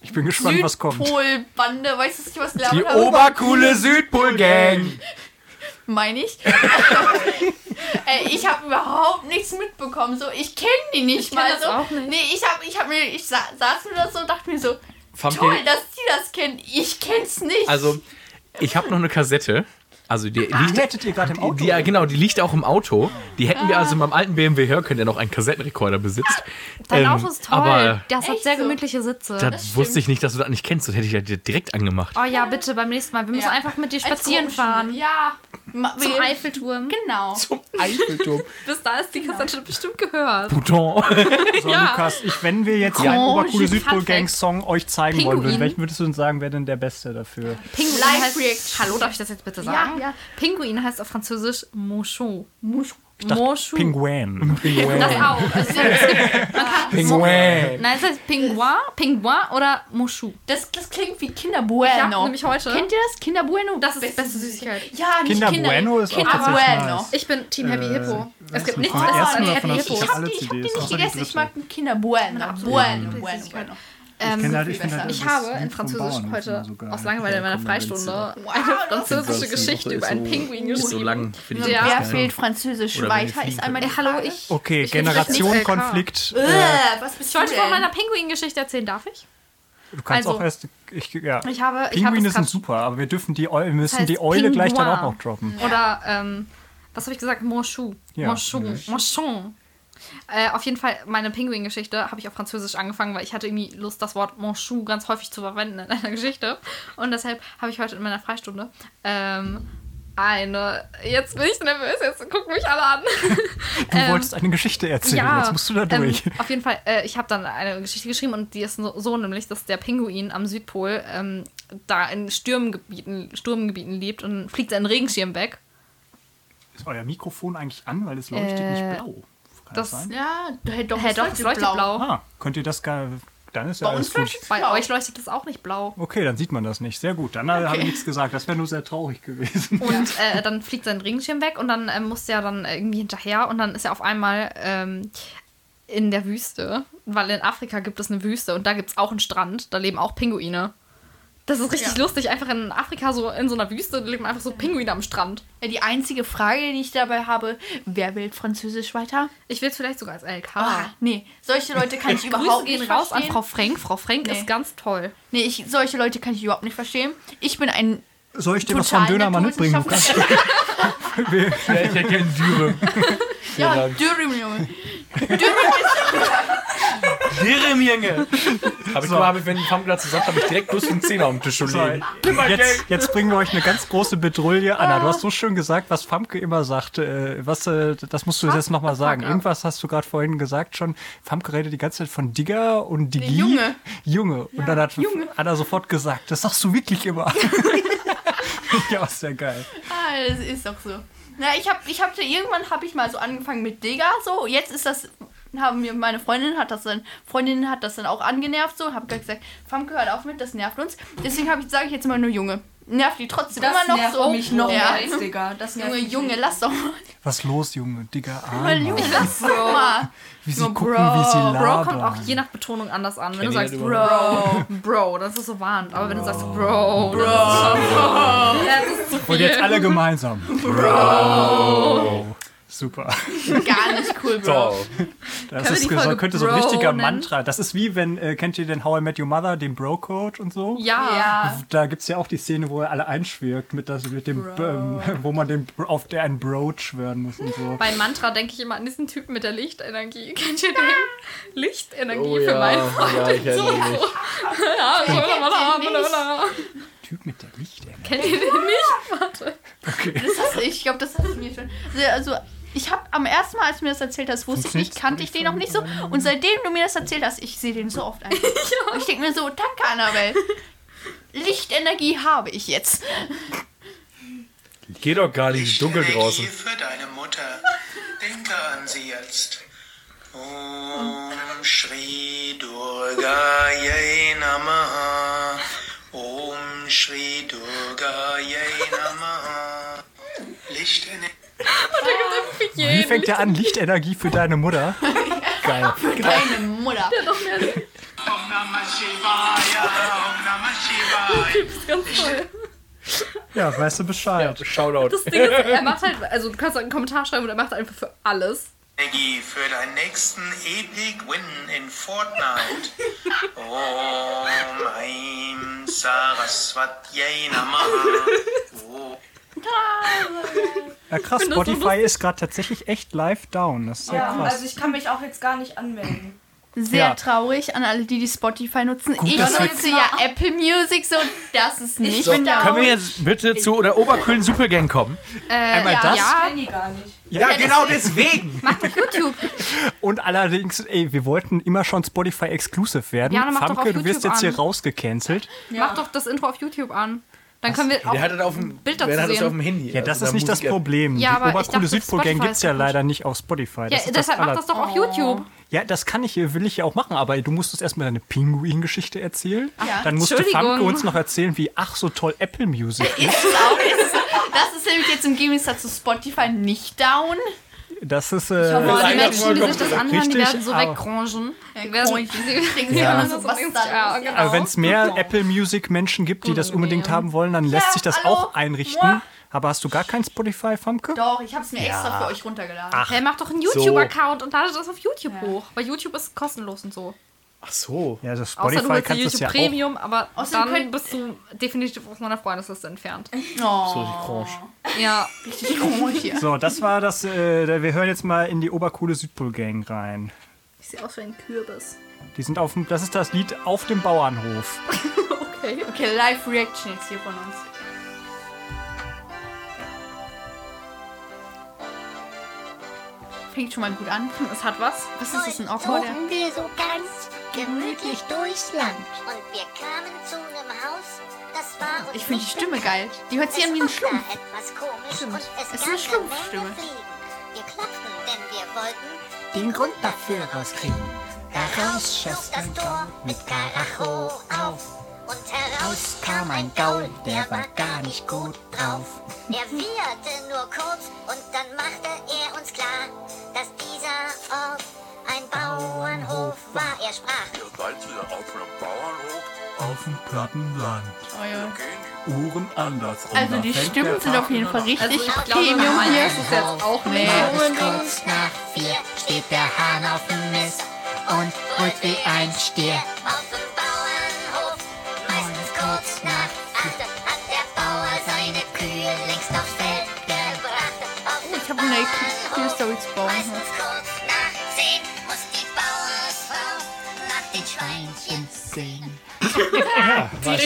Ich bin gespannt, was kommt.
Südpolbande, weißt du, was ich was
Die
gelabert habe?
obercoole Südpol-Gang.
meine ich. äh, ich habe überhaupt nichts mitbekommen. So, ich kenne die nicht
kenn
mal.
das
so.
auch nicht.
Nee, ich habe ich hab mir, ich sa saß mir das so und dachte mir so,
Famke-
toll, dass die das kennen. Ich kenn's nicht.
Also, ich habe noch eine Kassette. Also, die liegt
Hättet ihr gerade im Auto?
Die, ja, genau, die liegt auch im Auto. Die hätten
Ah.
wir also in meinem alten BMW hören können, der noch einen Kassettenrekorder besitzt.
Dein
Ähm,
Auto ist toll.
Aber
das hat
Echt
sehr
so?
gemütliche Sitze.
da wusste ich nicht, dass du das nicht kennst. Das hätte ich ja dir direkt angemacht.
oh ja, bitte, beim nächsten Mal. Wir müssen
Ja.
einfach mit dir
Als
spazieren
Gruppenschule.
fahren.
Ja. Ma-
Zum
wir-
Eiffelturm. Genau.
Genau.
Zum Eiffelturm.
Bis da ist die Kassette bestimmt gehört.
Bouton.
So, Lukas, ich, wenn wir jetzt einen obercoole Südpol-Gang-Song euch zeigen wollen würden,
Pinguin.
welchen würdest du denn sagen, wäre denn der beste dafür?
Pinguin
Live
heißt,
Reaction.
Hallo, darf ich das jetzt bitte
Ja,
sagen?
ja.
Pinguin heißt auf Französisch Mouchou.
Musch.
Mouchou.
Pinguin.
Das auch. Also, es gibt, man kann,
Pinguin.
nein, es heißt Pinguin, Pinguin oder Mouchou.
Das, das klingt wie Kinder
Ich hab
Bueno.
nämlich heute.
Kennt ihr das? Kinder Bueno?
Das ist die beste Süßigkeit.
Ja, nicht
Kinder
Kinder,
Bueno ist auch
Kinder
tatsächlich
Bueno.
nice.
Ich bin Team Heavy
Äh,
Hippo. Es
weiß
gibt
nicht,
nichts
von der
besseres
ersten
als
oder von
Heavy
der
Hippo.
Ich
Alle
hab die, ich hab die
CDs,
nicht
außer die
gegessen. Ich
dritte.
mag Kinder ne? Bueno.
absolut
Bueno,
nicht.
Bueno, Bueno.
Ähm,
halt- ich finde halt
ich
das
habe
Lied vom
in Französisch
Bauern
heute
immer so geil.
aus Langeweile in meiner
Ja, komm, wenn's
Freistunde
Wow,
eine
das
französische
ist
Geschichte
so-
über einen
so-
Pinguin
Ist so
geschrieben.
lang. Finde ich
Oh, Ja.
Wer
ganz geil.
fehlt Französisch
Oder wenn die
weiter,
fliegen
ist einmal die
Äh, hallo,
Frage.
ich,
Okay,
will vielleicht nicht
Generationenkonflikt.
Äh,
Äh,
was bist
ich wollte
du
von
denn?
meiner Pinguin-Geschichte erzählen, darf ich?
du kannst
also,
auch erst. Ich, ja.
Ich habe, ich habe
Pinguine
es
sind
grad-
super, aber wir dürfen die, Eu- wir müssen
heißt
die Eule gleich
Pinguin.
danach noch droppen.
Oder, ähm, was habe ich gesagt? Monchou.
Ja.
Monchou. Monchon. Äh, auf jeden Fall, meine Pinguin-Geschichte habe ich auf Französisch angefangen, weil ich hatte irgendwie Lust, das Wort Monchou ganz häufig zu verwenden in einer Geschichte. Und deshalb habe ich heute in meiner Freistunde ähm, eine. Jetzt bin ich nervös, jetzt gucken mich alle an.
Du wolltest eine Geschichte erzählen,
Ähm, Ja,
jetzt musst du da durch.
Ähm, auf jeden Fall, äh, ich habe dann eine Geschichte geschrieben und die ist so, so nämlich, dass der Pinguin am Südpol ähm, da in Stürmgebieten, Sturmgebieten lebt und fliegt seinen Regenschirm weg.
ist euer Mikrofon eigentlich an, weil es leuchtet nicht blau? Kann
Äh, das-
Ja, hey, doch,
Hä,
es
doch,
leuchtet
es leuchtet blau.
Ah, könnt ihr das gar. Dann ist ja
Bei uns
alles gut.
leuchtet es
Bei
blau.
euch leuchtet das auch nicht blau.
Okay, dann sieht man das nicht. Sehr gut. Dann äh, habe ich nichts gesagt. Das wäre nur sehr traurig gewesen.
Und äh, dann fliegt sein Regenschirm weg und dann äh, muss der dann irgendwie hinterher und dann ist er auf einmal ähm, in der Wüste, weil in Afrika gibt es eine Wüste und da gibt es auch einen Strand, da leben auch Pinguine. Das ist richtig lustig, einfach in Afrika so in so einer Wüste leben einfach so Pinguine am Strand.
Ja, Die einzige Frage, die ich dabei habe, wer wählt Französisch weiter?
Ich will es vielleicht sogar als LK.
Ah, nee, solche Leute kann ich
Grüße
überhaupt
gehen
nicht
raus an
verstehen.
Frau Frenk. Frau Frenk
Nee.
ist ganz toll.
nee, ich, solche Leute kann ich überhaupt nicht verstehen. Ich bin ein
Soll ich dir was vom
total
Döner mal mitbringen, Lukas?
Naturwissenschaftler.
Ja, ich erkenne Dürre.
ja, Dürüm, Junge.
Dürre-Menge. Habe ich so. mal, wenn Famke dazu sagt, habe ich direkt Lust, einen Zehner auf den Tisch zu
So,
legen.
Jetzt, jetzt bringen wir euch eine ganz große Bedrulle. Anna, du hast so schön gesagt, was Famke immer sagt. Äh, Was, äh, das musst du jetzt nochmal sagen. Irgendwas hast du gerade vorhin gesagt schon. Famke redet die ganze Zeit von Digger und Digi.
Junge.
Junge. Und dann hat Anna sofort gesagt, das sagst du wirklich immer. ja, ist ja geil.
Ah, das ist doch so. Na, ich hab, ich hab, irgendwann habe ich mal so angefangen mit Digga, so. Jetzt ist das, haben mir meine Freundin hat das dann, Freundin hat das dann auch angenervt, so. Hab gleich gesagt, Famke, hört auf mit, das nervt uns. Deswegen habe ich, sage ich jetzt immer nur Junge. Nervt die trotzdem
Das
immer noch
nervt
so.
mich noch mehr
ja.
als Digga. Das nervt
Junge,
mich
Junge, lass doch mal.
Was los, Junge? Digger,
Weil
Arme.
Junge, lass doch mal.
Wie sie
Junge,
gucken,
Bro.
wie sie
Bro
labern.
Bro kommt auch je nach Betonung anders an. Wenn du
Kenn
sagst
ich
Bro,
halt
Bro.
Bro, das ist so warm. Aber wenn du sagst Bro,
Oh.
Bro, das ist zu viel.
Und jetzt alle gemeinsam. Bro. Super.
Gar nicht cool, Bro.
So.
Das
Können wir
ist
die
so-
Folge
könnte so ein
Bro
richtiger
nennen?
Mantra. Das ist wie wenn, äh, kennt ihr den How I Met Your Mother, den Bro-Code und so?
Ja.
Ja.
Da gibt es ja auch die Szene, wo er alle einschwirkt, mit, das, mit dem, ähm, wo man den, auf der einen Bro schwören muss und so.
Bei Mantra denke ich immer an diesen Typen mit der Lichtenergie. Kennt ihr den? Lichtenergie
Oh
für
ja,
meinen Freund.
ja, ich erinnere mich.
Ja, so, la, la, la, la, la.
Typ mit der Lichtecke.
Kennt ihr den nicht? Warte.
Okay.
Das hast, ich glaube, das hast du mir schon. Also, also ich habe am ersten Mal, als du mir das erzählt hast, wusste ich nicht, kannte ich den noch nicht so. Und seitdem du mir das erzählt hast, ich sehe den so oft ein. Und ich denke mir so, danke, Annabelle. Lichtenergie habe ich jetzt.
Geh doch gar nicht dunkel draußen.
für deine Mutter. Denke an sie jetzt. Om Shri Durga Namaha. Om Shri Durga Namaha. Lichtenergie.
Wie fängt der an? Lichtenergie für deine Mutter? Geil.
Deine Mutter.
Om Namah Shivaya. Om Namah Shivaya.
Ja, weißt du Bescheid.
Shoutout.
Das Ding ist, er macht halt, also du kannst einen Kommentar schreiben und er macht einfach für alles.
Energie für deinen nächsten Epic Win in Fortnite. Om Aim Saraswatyay Namaha. Om
Ja, krass,
das so
Spotify ist gerade tatsächlich echt live down. Das ist sehr
Ja,
krass.
also ich kann mich auch jetzt gar nicht anmelden.
Sehr
Ja.
traurig an alle, die die Spotify nutzen. ich
dass wir-
nutze ja Apple Music so, das ist nicht
So,
da.
Können wir jetzt bitte zu der Oberkühlen Supergang kommen?
Einmal
das?
Ich
Ja,
kenne die gar nicht.
Ja, genau deswegen.
Und allerdings, ey, wir wollten immer schon Spotify exclusive werden.
Ja, dann mach doch
Famke,
auf
du wirst
YouTube
jetzt hier
an.
rausgecancelt.
mach doch das Intro auf YouTube an. Dann können wir auch
Der hat das auf dem,
Bild dazu
der hat das auf
sehen.
dem Handy.
Ja, das
Also
ist
da
nicht das
Musik-
Problem.
Ja, aber
Die
ich
obercoole
dachte,
Südpol-Gang
Spotify
gibt es
ist
ja
gut.
leider nicht auf Spotify.
Ja,
Das ist
deshalb mach
aller-
das doch auf YouTube.
Ja, das kann ich, äh, will ich ja auch machen, aber du musstest erstmal deine Pinguin-Geschichte erzählen.
Ja.
Dann musste
Entschuldigung.
Famke uns noch erzählen, wie ach so toll Apple Music ist.
Ist es auch, ist es, das ist nämlich jetzt im Gegensatz zu Spotify nicht down.
Das ist. Äh,
Boah, die
einfach
Also Menschen, die sich das anhören,
richtig, Ah.
die werden so
aber-
weggrangen. Die
grungen.
werden die
Denken sie
Ja.
immer so, was da
Also, Ja,
ist.
genau.
aber wenn es mehr Apple Music Menschen gibt, die das unbedingt haben wollen, dann lässt
Ja,
sich das
hallo.
auch einrichten.
Mua.
Aber hast du gar kein Spotify, Famke?
Doch, ich hab's mir extra für euch runtergeladen.
Hey, mach doch einen YouTube-Account und lade das auf YouTube hoch. Weil YouTube ist kostenlos und so.
Ach so.
Ja, das
Außer du
Spotify
willst
kannst du
YouTube
ja auch.
Premium, aber
Außerdem
dann
könnt-
bist du definitiv aus meiner Freundesliste entfernt.
Oh,
So, die Branche.
Ja.
richtig komisch hier.
So, das war das. Äh, wir hören jetzt mal in die obercoole Südpol-Gang rein.
Ich sehe aus wie ein Kürbis.
Die sind auf dem, das ist das Lied auf dem Bauernhof.
Okay, Live-Reaction jetzt hier von uns. Fängt schon mal gut an.
Es hat was.
Was ist das ein Awkward?
zogen wir so ganz gemütlich durchs Land. Und wir kamen zu einem Haus, das war uns
Ich finde die
nicht
Stimme geil. Die hört sich an wie ein
bekannt. Es war
Schlumpf.
da etwas komisch und es,
Es
gab
ist
eine
eine
Menge
Schlumpfstimme.
Fliegen. Wir klopften, denn wir wollten
Den Grund dafür rauskriegen. Daraus
Heraus
schoss
schoss
ein
das
Tor
Tor
mit
mit
Karacho
Karacho
auf.
auf. Und heraus
Raus
kam ein Gaul, der war gar nicht gut drauf. Er
Mhm.
wieherte nur kurz und dann machte er uns klar, dass dieser Ort ein Bauernhof war. Er sprach,
Ihr seid hier auf einem Bauernhof.
Auf dem platten Land,
Oh, ja.
Uhren andersrum.
Also die Stimmen sind auf jeden Fall richtig Premium
normal
hier.
ist es jetzt auch nicht.
Abends kurz nach vier steht der Hahn auf dem Mist und holt wie ein Stier.
auf dem Bauernhof, meistens kurz nach acht, hat der Bauer seine Kühe längst aufs Feld gebracht. Auf dem
Ich habe eine Kühlstory zu bauen.
Meistens kurz nach zehn muss die Bauersfrau nach den Schweinchen sehen.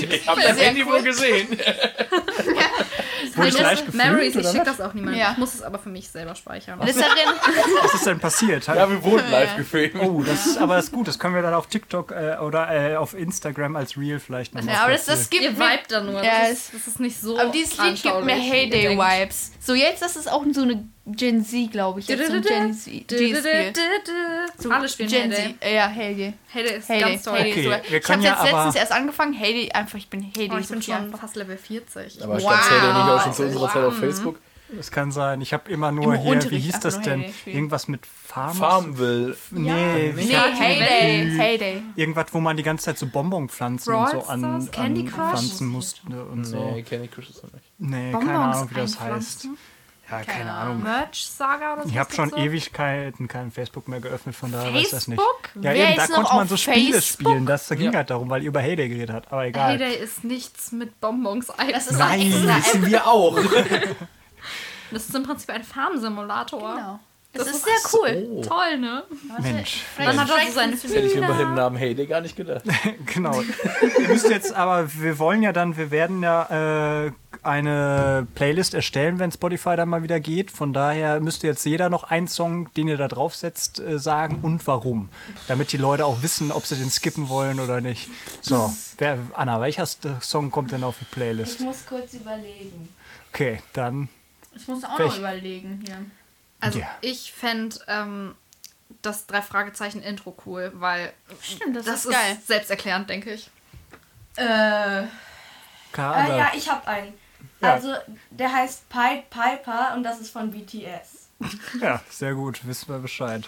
Ich hab das Handy wohl gesehen.
Wurde ich leicht
Marys,
gefühlt,
ich
oder
schicke
was?
das auch niemandem.
Ja.
Ich muss es aber für mich selber speichern.
Das ist darin.
Was ist denn passiert?
Ja, wir wurden live gefilmt.
Oh, das ist aber das ist gut. Das können wir dann auf TikTok äh, oder äh, auf Instagram als Reel vielleicht noch
Ja, aber das, das gibt
Ihr
mir-
vibet da nur.
Ja,
Das ist, das ist nicht so.
Aber dieses Lied gibt mir
anschaulich, wie ihr denkt.
Heyday-Vibes. So jetzt, das ist auch so eine Gen Z, glaube ich. Jetzt so ein Gen Z. G-Spiel.
So, Alle spielen
Gen
Heyday.
Z. Ja, Heyday.
Heyday ist
Heyday.
ganz toll.
Heyday ist
Okay,
super.
wir
ich habe
können
jetzt
ja aber-
letztens erst angefangen. Heyday, einfach, ich bin Heyday.
Oh, ich
so
bin
viel
schon
einfach.
fast Level 40.
Aber
Wow.
stand ja nicht auch schon zu unserer Zeit auf Facebook.
Das kann sein. Ich habe immer nur
Im
hier, wie
Unterricht
hieß
einfach
das
nur
denn?
Handy spielen.
Irgendwas mit Farm?
Farmville.
Nee, wie-
Nee, Heyday. Heyday.
irgendwas, wo man die ganze Zeit so Bonbonpflanzen und
Brawl
so an,
Stars? Candy
an
Crush?
pflanzen musste und so.
Nee, Candy Crush ist noch nicht.
Nee, keine
Bonbons
Ahnung, wie das heißt.
einpflanzen?
Ja, keine Ahnung.
Merch-Saga oder so.
Ich habe schon Ewigkeiten kein Facebook mehr geöffnet, von daher weiß ich das nicht. Ja,
Wer
eben, da
ist noch
konnte man
auf
so Spiele
Facebook?
spielen. Das ging
Ja.
halt darum, weil ihr über Heyday geredet habt. Aber egal.
Heyday ist nichts mit Bonbons ein.
Das ist
Nein.
ein extra App.
wir auch.
Das ist im Prinzip ein Farmsimulator.
Genau. Das, ist sehr cool.
Oh,
Toll, ne?
Mensch.
Vielleicht
hat er so
streichen
seine
sie
das hätte ich mir bei dem Namen Haley gar nicht gedacht.
Genau. Ihr müsst jetzt aber, wir wollen ja dann, wir werden ja äh, eine Playlist erstellen, wenn Spotify dann mal wieder geht. Von daher müsste jetzt jeder noch einen Song, den ihr da draufsetzt, äh, sagen und warum. Damit die Leute auch wissen, ob sie den skippen wollen oder nicht. So, wer, Anna, welcher S- Song kommt denn auf die
Ich
Playlist?
muss kurz überlegen.
Okay, dann.
Ich muss auch
Welch-
noch überlegen hier.
Also
Ja.
ich fände ähm, das Drei-Fragezeichen-Intro cool, weil
Stimmt,
das, ist, selbsterklärend, denke ich.
Äh,
Carla.
äh ja, ich hab einen.
Ah, Ja.
Also, der heißt Pied Piper und das ist von BTS.
ja, sehr gut, wissen wir Bescheid.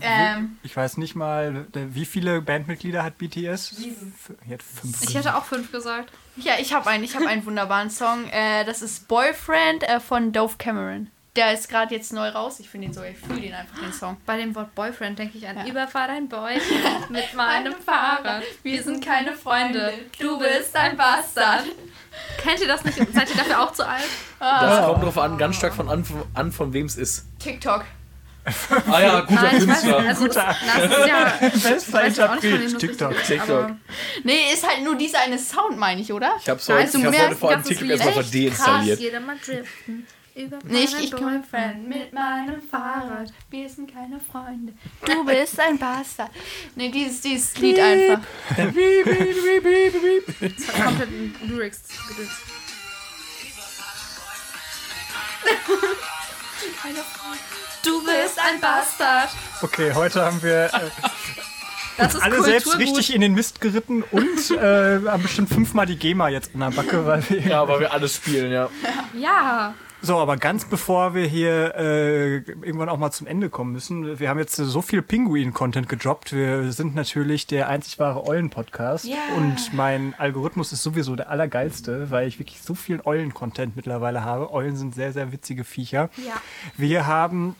äh,
Ähm,
Ich weiß nicht mal, wie viele Bandmitglieder hat BTS?
Sieben.
F- Jetzt fünf.
Ich hätte auch fünf gesagt.
ja, ich habe einen, ich habe einen wunderbaren Song. Äh, das ist Boyfriend äh, von Dove Cameron. Der ist gerade jetzt neu raus. Ich finde ihn so, ich fühle ihn einfach den Song.
Bei dem Wort Boyfriend denke ich an
Ja.
Überfahr dein Boy mit meinem Fahrrad.
Wir sind keine
Freunde.
Du bist ein Bastard.
Kennt ihr das nicht? Seid ihr dafür auch zu alt?
Das kommt drauf an, ganz stark von an, an von wem es ist.
TikTok.
Ah ja, guter
Nein, ich weiß nicht.
Künstler.
Also, das, das ist ja. Ich weiß auch nicht, von wem das
TikTok.
richtig ist,
TikTok.
aber-
Nee, ist halt nur dieser eine Sound, meine ich, oder?
Ich habe so,
Also
ich hab
mehr
heute
als
vor
ein
allem
ganzes
TikTok
Lied.
erstmal
Echt
deinstalliert.
jeder mal driften. Über
Nee, ich, ich
meinen
kann Friend mit meinem Fahrrad. Wir sind keine Freunde. Du bist ein Bastard. Nee, dieses, dieses Lied einfach.
Boy. Komplett in Lyrics. gedüst. Du bist ein Bastard.
Okay, heute haben wir äh,
Das ist
alle selbst
Kulturgut.
richtig in den Mist geritten und äh, haben bestimmt fünfmal die GEMA jetzt in der Backe. Weil wir,
Ja, weil wir alles spielen, ja.
Ja.
So, aber ganz bevor wir hier äh, irgendwann auch mal zum Ende kommen müssen, wir haben jetzt äh, so viel Pinguin-Content gedroppt. Wir sind natürlich der einzig wahre Eulen-Podcast und mein Algorithmus ist sowieso der allergeilste, weil ich wirklich so viel Eulen-Content mittlerweile habe. Eulen sind sehr, sehr witzige Viecher.
Ja.
Wir haben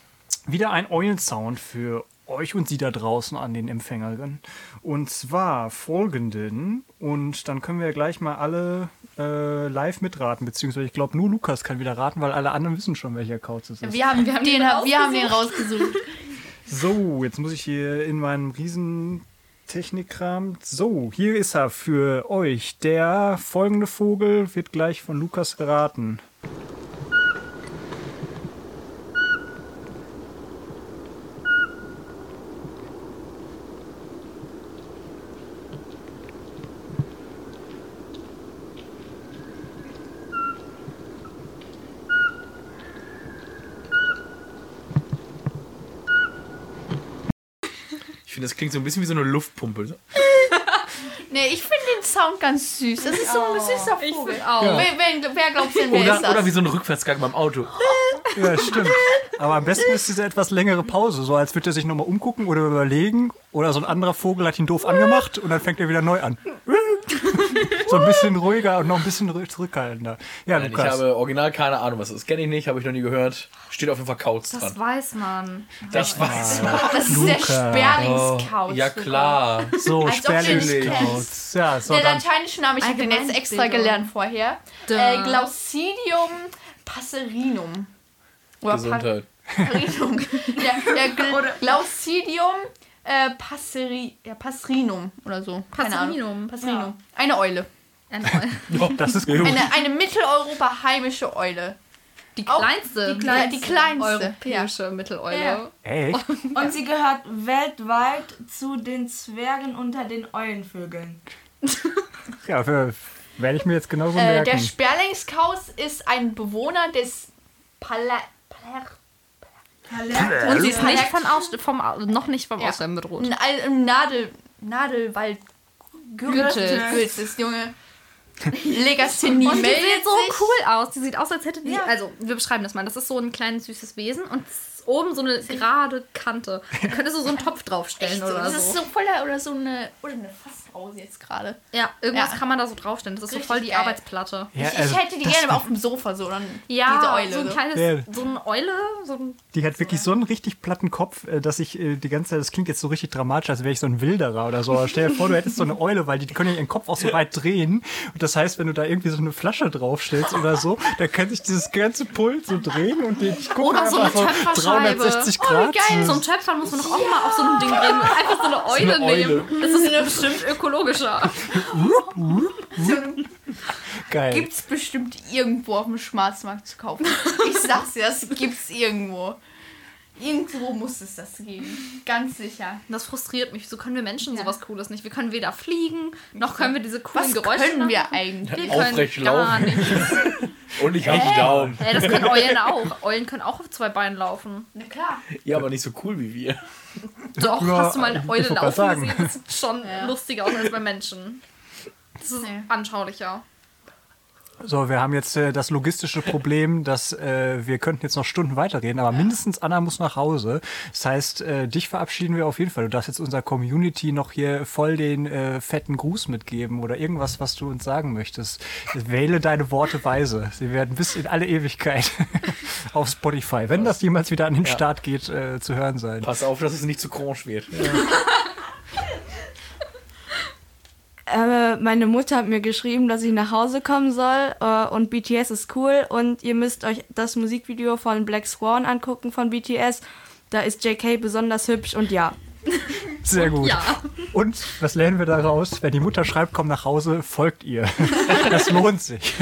wieder einen Eulen-Sound für euch und sie da draußen an den Empfängerinnen. Und zwar folgenden. Und dann können wir gleich mal alle äh, live mitraten. Beziehungsweise ich glaube, nur Lukas kann wieder raten, weil alle anderen wissen schon, welcher Couch es ist.
Wir haben, wir haben, den, wir haben den rausgesucht.
So, jetzt muss ich hier in meinem riesen Technikkram. So, hier ist er für euch. Der folgende Vogel wird gleich von Lukas geraten.
Ich finde, das klingt so ein bisschen wie so eine Luftpumpe. So.
Nee, ich finde den Sound ganz süß. Das ist so ein süßer Vogel.
Au.
Wer, wer, wer glaubt denn, wer
Oder,
ist das?
oder wie so ein Rückwärtsgang beim Auto.
Ja, stimmt. Aber am besten ist diese etwas längere Pause, so als würde er sich nochmal umgucken oder überlegen. Oder so ein anderer Vogel hat ihn doof angemacht und dann fängt er wieder neu an. So ein bisschen ruhiger und noch ein bisschen rü- zurückhaltender. Ja,
Nein, ich
Lukas.
habe original keine Ahnung, was das ist. Kenne ich nicht, habe ich noch nie gehört. Steht auf jeden Fall Kauz
Das
dran.
weiß man.
Das weiß ich.
Oh, das ist der
Luca.
Sperlingscouch.
Ja, klar.
so,
als ob du ihn nicht
Sperlingsklaus. Ja, so
Der
dann.
lateinische Name, ich habe den jetzt extra
Allgemeinbildung.
gelernt vorher.
Da.
Äh, Glaucidium passerinum. Oder
Gesundheit.
Passerinum. ja, ja, Gl Glaucidium äh, passeri ja, passerinum oder so. Keine Ahnung.
Passerinum.
Passerinum. Eine Eule.
Oh, Das ist gut.
Eine, eine Mitteleuropa heimische Eule.
Die
Auch
kleinste.
die kleinste.
die kleinste.
europäische
Mitteleule.
Ja.
Echt?
Und sie gehört weltweit zu den Zwergen unter den Eulenvögeln.
Ja, für, werde ich mir jetzt genauso
Äh, der
merken.
Sperlingskaus ist ein Bewohner des Pala Pala
Und sie ist
Hallo.
nicht von Aus vom, Au- noch nicht vom
Ja.
Aussterben bedroht.
Ein Al- also im Nadel, Nadelwald Gürtel.
Gürtel.
Gürtel, das junge Legasthenie
Und die
meldet
sieht so
sich.
cool aus. Die sieht aus, als hätte die.
Ja.
Also, wir beschreiben das mal. Das ist so ein kleines süßes Wesen und es ist oben so eine gerade Kante. Da könntest du so einen Topf draufstellen
Echt so,
oder
das ist
so.
so voller oder so eine oder eine Fassrause jetzt gerade.
Ja, irgendwas
Ja.
kann man da so draufstellen. Das ist
Richtig
so voll die
geil.
Arbeitsplatte.
Ja,
ich,
also
ich hätte die
das
gerne mal
wär-
auf dem Sofa so dann
Ja,
diese Eule.
so ein
So
kleines,
Ja.
so eine Eule, so ein
Die hat wirklich so einen richtig platten Kopf, äh, dass ich äh, die ganze Zeit, das klingt jetzt so richtig dramatisch, als wäre ich so ein Wilderer oder so. Aber stell dir vor, du hättest so eine Eule, weil die, die können ja ihren Kopf auch so weit drehen. Und das heißt, wenn du da irgendwie so eine Flasche draufstellst oder so, Oh, dann kann sich dieses ganze Pult so drehen und die, ich gucke
Oder so eine Oh,
einfach so 360 Grad.
Zum Töpfern muss man doch auch mal auf so einem Ding reden. Einfach so eine Eule,
eine Eule.
nehmen. Das ist bestimmt ökologischer.
Geil.
Gibt's bestimmt irgendwo auf dem Schwarzmarkt zu kaufen. Ich sag's dir, das gibt's irgendwo. Irgendwo muss es das geben. Ganz sicher.
Das frustriert mich. So können wir Menschen sowas Cooles nicht. Wir können weder fliegen, noch können wir diese
Was
coolen Geräusche
können wir
machen.
eigentlich?
Wir
Aufrecht
können gar
laufen.
nichts.
Und ich hab die Daumen.
Ey, das können Eulen auch. Eulen können auch auf zwei Beinen laufen.
Na klar.
Ja, aber nicht so cool wie wir.
Doch,
Ja,
hast du mal eine Eule
ich wollt grad
laufen
sagen.
gesehen? Das sieht schon lustiger aus als bei Menschen. Das ist
Nee.
anschaulicher.
So, wir haben jetzt äh, das logistische Problem, dass äh, wir könnten jetzt noch Stunden weiterreden, aber mindestens Anna muss nach Hause. Das heißt, äh, dich verabschieden wir auf jeden Fall. Du darfst jetzt unserer Community noch hier voll den äh, fetten Gruß mitgeben oder irgendwas, was du uns sagen möchtest. Wähle deine Worte weise. Sie werden bis in alle Ewigkeit auf Spotify, wenn das jemals wieder an den Start geht, äh, zu hören sein.
Pass auf, dass es nicht zu orange wird.
Äh, meine Mutter hat mir geschrieben, dass ich nach Hause kommen soll äh, und BTS ist cool und ihr müsst euch das Musikvideo von Black Swan angucken von BTS. Da ist JK besonders hübsch und ja.
Sehr gut.
Ja.
Und was lernen wir daraus? Wenn die Mutter schreibt, komm nach Hause, folgt ihr. Das lohnt sich.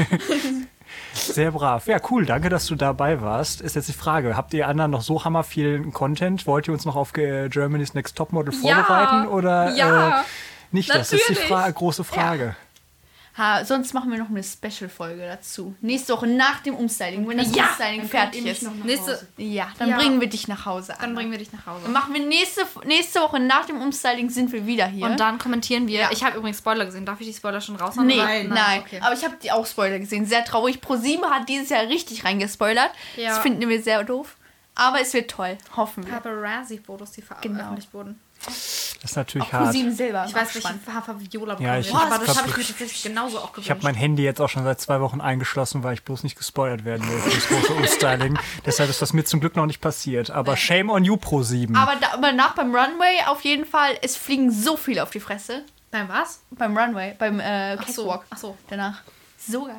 Sehr brav. Ja, cool. Danke, dass du dabei warst. Ist jetzt die Frage, habt ihr anderen noch so hammer viel Content? Wollt ihr uns noch auf äh, Germany's Next Topmodel
Ja.
vorbereiten oder
Ja.
äh, nicht? Das ist die
Natürlich.
Fra große Frage.
Ha, sonst machen wir noch eine Special-Folge dazu. Nächste Woche nach dem Umstyling, wenn das
Ja,
Umstyling fertig
eh
ist.
Nächste,
Ja, dann
Ja.
bringen wir dich nach Hause an.
dann bringen wir dich nach Hause.
Dann machen wir nächste, nächste Woche nach dem Umstyling sind wir wieder hier.
Und dann kommentieren wir.
Ja.
Ich habe übrigens Spoiler gesehen. Darf ich die Spoiler schon raushauen?
Nee,
Oder-
nein.
Ah, okay.
Aber ich habe die auch Spoiler gesehen. Sehr traurig. ProSieben hat dieses Jahr richtig reingespoilert.
Ja.
Das finden wir sehr doof. Aber es wird toll. Hoffen wir.
Paparazzi-Fotos, die ver-
Genau.
veröffentlicht wurden.
Das ist natürlich hart.
ProSieben selber.
Ich weiß, welche
Spannend.
Farbe Viola
Ja,
bekommen
ich-
wird, aber
ich
das
hab-
habe ich mir tatsächlich genauso auch gewünscht.
Ich habe mein Handy jetzt auch schon seit zwei Wochen eingeschlossen, weil ich bloß nicht gespoilert werden will für das große Umstyling. Deshalb ist das mir zum Glück noch nicht passiert. Aber Shame on you, Pro 7.
Aber da, aber nach beim Runway auf jeden Fall, es fliegen so viele auf die Fresse.
Nein, was?
Beim Runway, beim äh,
Ach so,
Catwalk.
ach so.
Danach. So geil.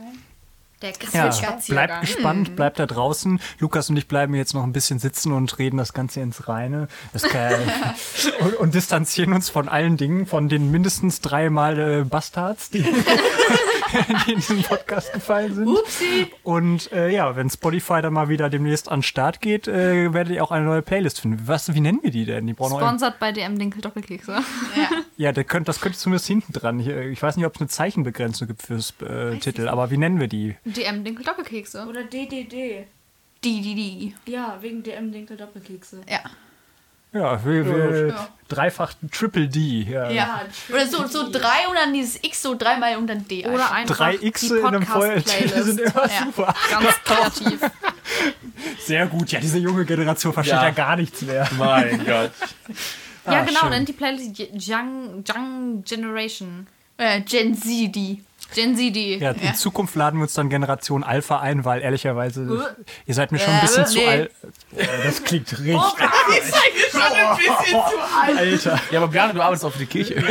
Der
Ja,
Kassel-Spaziergang.
bleibt gespannt, bleibt da draußen. Lukas und ich bleiben jetzt noch ein bisschen sitzen und reden das Ganze ins Reine. Das kann, und, und distanzieren uns von allen Dingen, von den mindestens dreimal äh, Bastards, die, die in diesem Podcast gefallen sind. Upsi. Und äh, ja, wenn Spotify dann mal wieder demnächst an den Start geht, äh, werdet ihr auch eine neue Playlist finden. Was, wie nennen wir die denn? Die brauchen noch-
Sponsored bei DM Dinkel Doppelkekse.
ja, das könnte, das könnte zumindest hinten dran. Hier, Ich weiß nicht, ob es eine Zeichenbegrenzung gibt fürs äh, Titel, aber wie nennen wir die?
DM Dinkel Doppelkekse.
Oder DDD.
Die, die, die.
Ja, wegen DM Dinkel Doppelkekse.
Ja.
Ja, wir, wir
Ja.
dreifach Triple D. Ja.
Ja. Oder so, so drei und dann dieses X so dreimal und dann D.
Oder einfach
Drei
die
X in einem Feuer, die sind
Podcast-Playlist.
immer
Ja.
super.
Ganz kreativ.
Sehr gut, ja, diese junge Generation versteht ja,
Ja.
gar nichts mehr.
Mein Gott.
ja,
Ah,
genau.
schön.
Nennt die Playlist Young, Young Generation.
äh, Gen Z, die.
Gen Z D.
Ja, in Zukunft laden wir uns dann Generation Alpha ein, weil ehrlicherweise, ihr seid mir schon ein
Äh,
bisschen zu
nee.
alt. Äh, Das klingt richtig. Alter.
Ja, aber Björn, du arbeitest auch für die Kirche.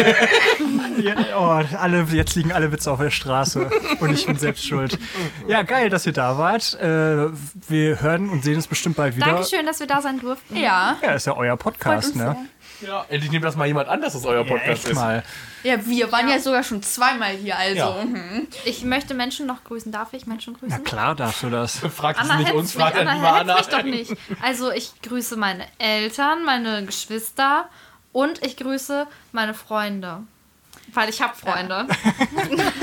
Ja, oh, alle, jetzt liegen alle Witze auf der Straße und ich bin selbst schuld. Ja, geil, dass ihr da wart. Äh, wir hören und sehen uns bestimmt bald wieder.
Dankeschön, dass wir da sein durften.
Ja.
Ja, ist ja euer Podcast, ne?
Ja. Endlich nimmt das mal jemand an, dass das
Ja,
euer Podcast
echt
ist.
mal.
Ja, wir waren ja, sogar schon zweimal hier, also.
Ja.
Ich möchte Menschen noch grüßen. Darf ich Menschen
Na
grüßen?
klar darfst du das.
Fragt es
Anna
nicht
hetzt
uns, fragt
mich,
dann
Anna
lieber
hetzt
Anna.
mich doch nicht. Also ich grüße meine Eltern, meine Geschwister und ich grüße meine Freunde. Weil ich habe Freunde.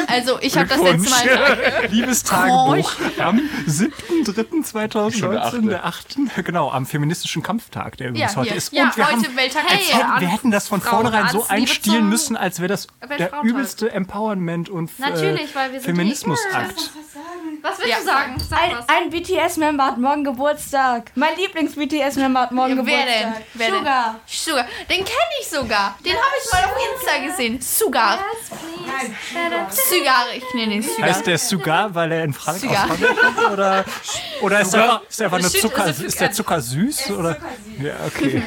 Also, ich habe das letzte Mal
Liebes Tagebuch am 7.3.2019,
Schon der
der 8. Genau, am feministischen Kampftag, der übrigens
Ja,
heute
hier.
ist.
Ja,
Und wir,
heute
haben,
Welttag
Hey,
der Frau.
hätten, wir
An-
hätten das von
Frauenarzt,
vornherin so
Liebe
einstielen
zum
müssen, als wäre das der
Weltfrauentag.
übelste Empowerment und äh,
Natürlich, weil wir sind die
Feminismusakt.
Was willst
Ja.
du sagen? Sag
Ein,
was.
ein BTS-Member hat morgen Geburtstag. Mein Lieblings-BTS-Member hat morgen
Ja, wer
Geburtstag.
denn? Wer denn?
Sugar.
Sugar. Den kenne ich sogar. Den habe ich mal auf Insta gesehen. Sugar. Sugar. Ich nenne ihn Sugar.
Heißt der Sugar, weil er in Frankreich
Sugar.
aus Frankreich ist? Oder, oder ist,
Sugar?
einfach, ist einfach eine
Shit, also
Zucker,
ist er
ist der Zucker süß? Oder? Ja, okay.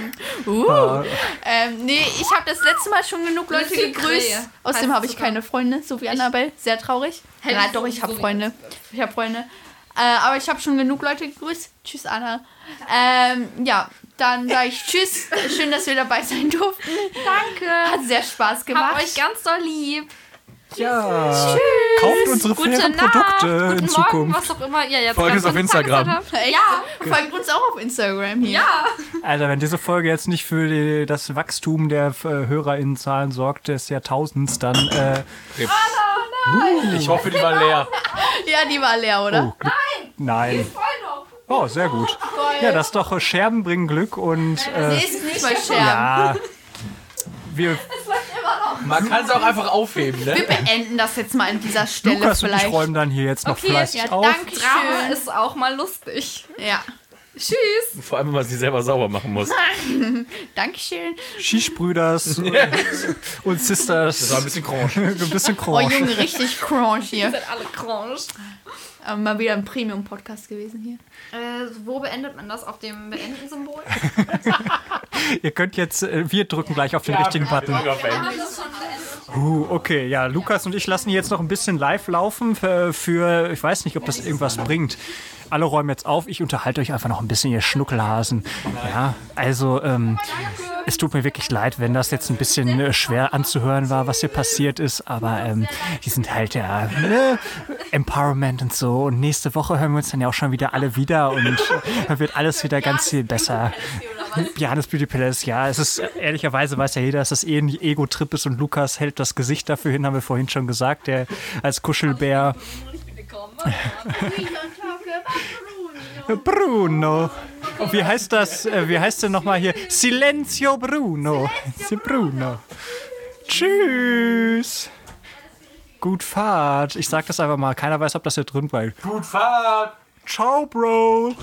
Uh. Ähm, nee, ich habe das letzte Mal schon genug Leute
Lucy Gray
gegrüßt. Außerdem
heißt
habe ich
sogar.
keine Freunde, so wie Annabelle. Sehr traurig.
Hätte
Ja,
ich
doch,
so
ich habe
gesehen.
Freunde. Ich habe Freunde. Äh, aber ich habe schon genug Leute gegrüßt. Tschüss, Anna. Ähm, ja, dann sage ich Tschüss. Schön, dass wir dabei sein durften.
Danke.
Hat sehr Spaß
Hab
gemacht.
euch ganz doll lieb.
Ja. Tschüss. Kauft unsere
Gute
fairen
Nacht.
Produkte
Guten
in
Morgen,
Zukunft.
was auch immer ihr jetzt
Folgt uns auf
gerade für eine
Instagram.
Tageszeit habt.
Echt?
Ja,
Folgt uns auch auf Instagram hier.
ja.
Alter, wenn diese Folge jetzt nicht für die, das Wachstum der äh, HörerInnenzahlen sorgt, des Jahrtausends, dann äh,
Ich hoffe, die war leer.
Ja, die war leer, oder?
nein. Oh, sehr gut. Ja, das ist doch äh, Scherben bringen Glück und äh,
Nee, ist nicht mal Scherben.
ja. Wir,
Man kann es auch einfach aufheben, ne?
Wir beenden das jetzt mal an dieser Stelle
Lukas und
vielleicht.
ich räumen dann hier jetzt noch
Okay,
fleißig
ja,
auf.
danke
Drama
schön.
ist auch mal lustig.
Ja,
Tschüss.
Vor allem, wenn man sie selber sauber machen muss.
danke schön.
Schischbrüders und, und Sisters. Das
war ein bisschen crange.
ein bisschen
Oh
crange.
Junge, richtig cranch hier.
Seid alle cringe.
Aber mal wieder ein Premium-Podcast gewesen hier.
Äh, wo beendet man das? Auf dem Beenden-Symbol?
Ihr könnt jetzt, äh, wir drücken gleich auf den richtigen Button. Uh, okay, ja, Lukas und ich lassen hier jetzt noch ein bisschen live laufen für, für ich weiß nicht, ob das irgendwas bringt. Alle räumen jetzt auf, ich unterhalte euch einfach noch ein bisschen, ihr Schnuckelhasen. Ja, also, ähm, es tut mir wirklich leid, wenn das jetzt ein bisschen äh, schwer anzuhören war, was hier passiert ist, aber ähm, die sind halt ja ne, Empowerment und so. Und nächste Woche hören wir uns dann ja auch schon wieder alle wieder und äh, dann wird alles wieder ganz viel besser. Johannes Beauty Palace, ja, es ist äh, ehrlicherweise weiß ja jeder, dass das eh ein Ego-Trip ist und Lukas hält das Gesicht dafür hin, haben wir vorhin schon gesagt, der als Kuschelbär. Bruno. Und wie heißt das? äh, Wie heißt denn nochmal hier? Silenzio Bruno. Silenzio Bruno. Tschüss. Gut Fahrt. Ich sag das einfach mal. Keiner weiß, ob das hier drin bleibt.
Gut, Fahrt!
Ciao, Bro.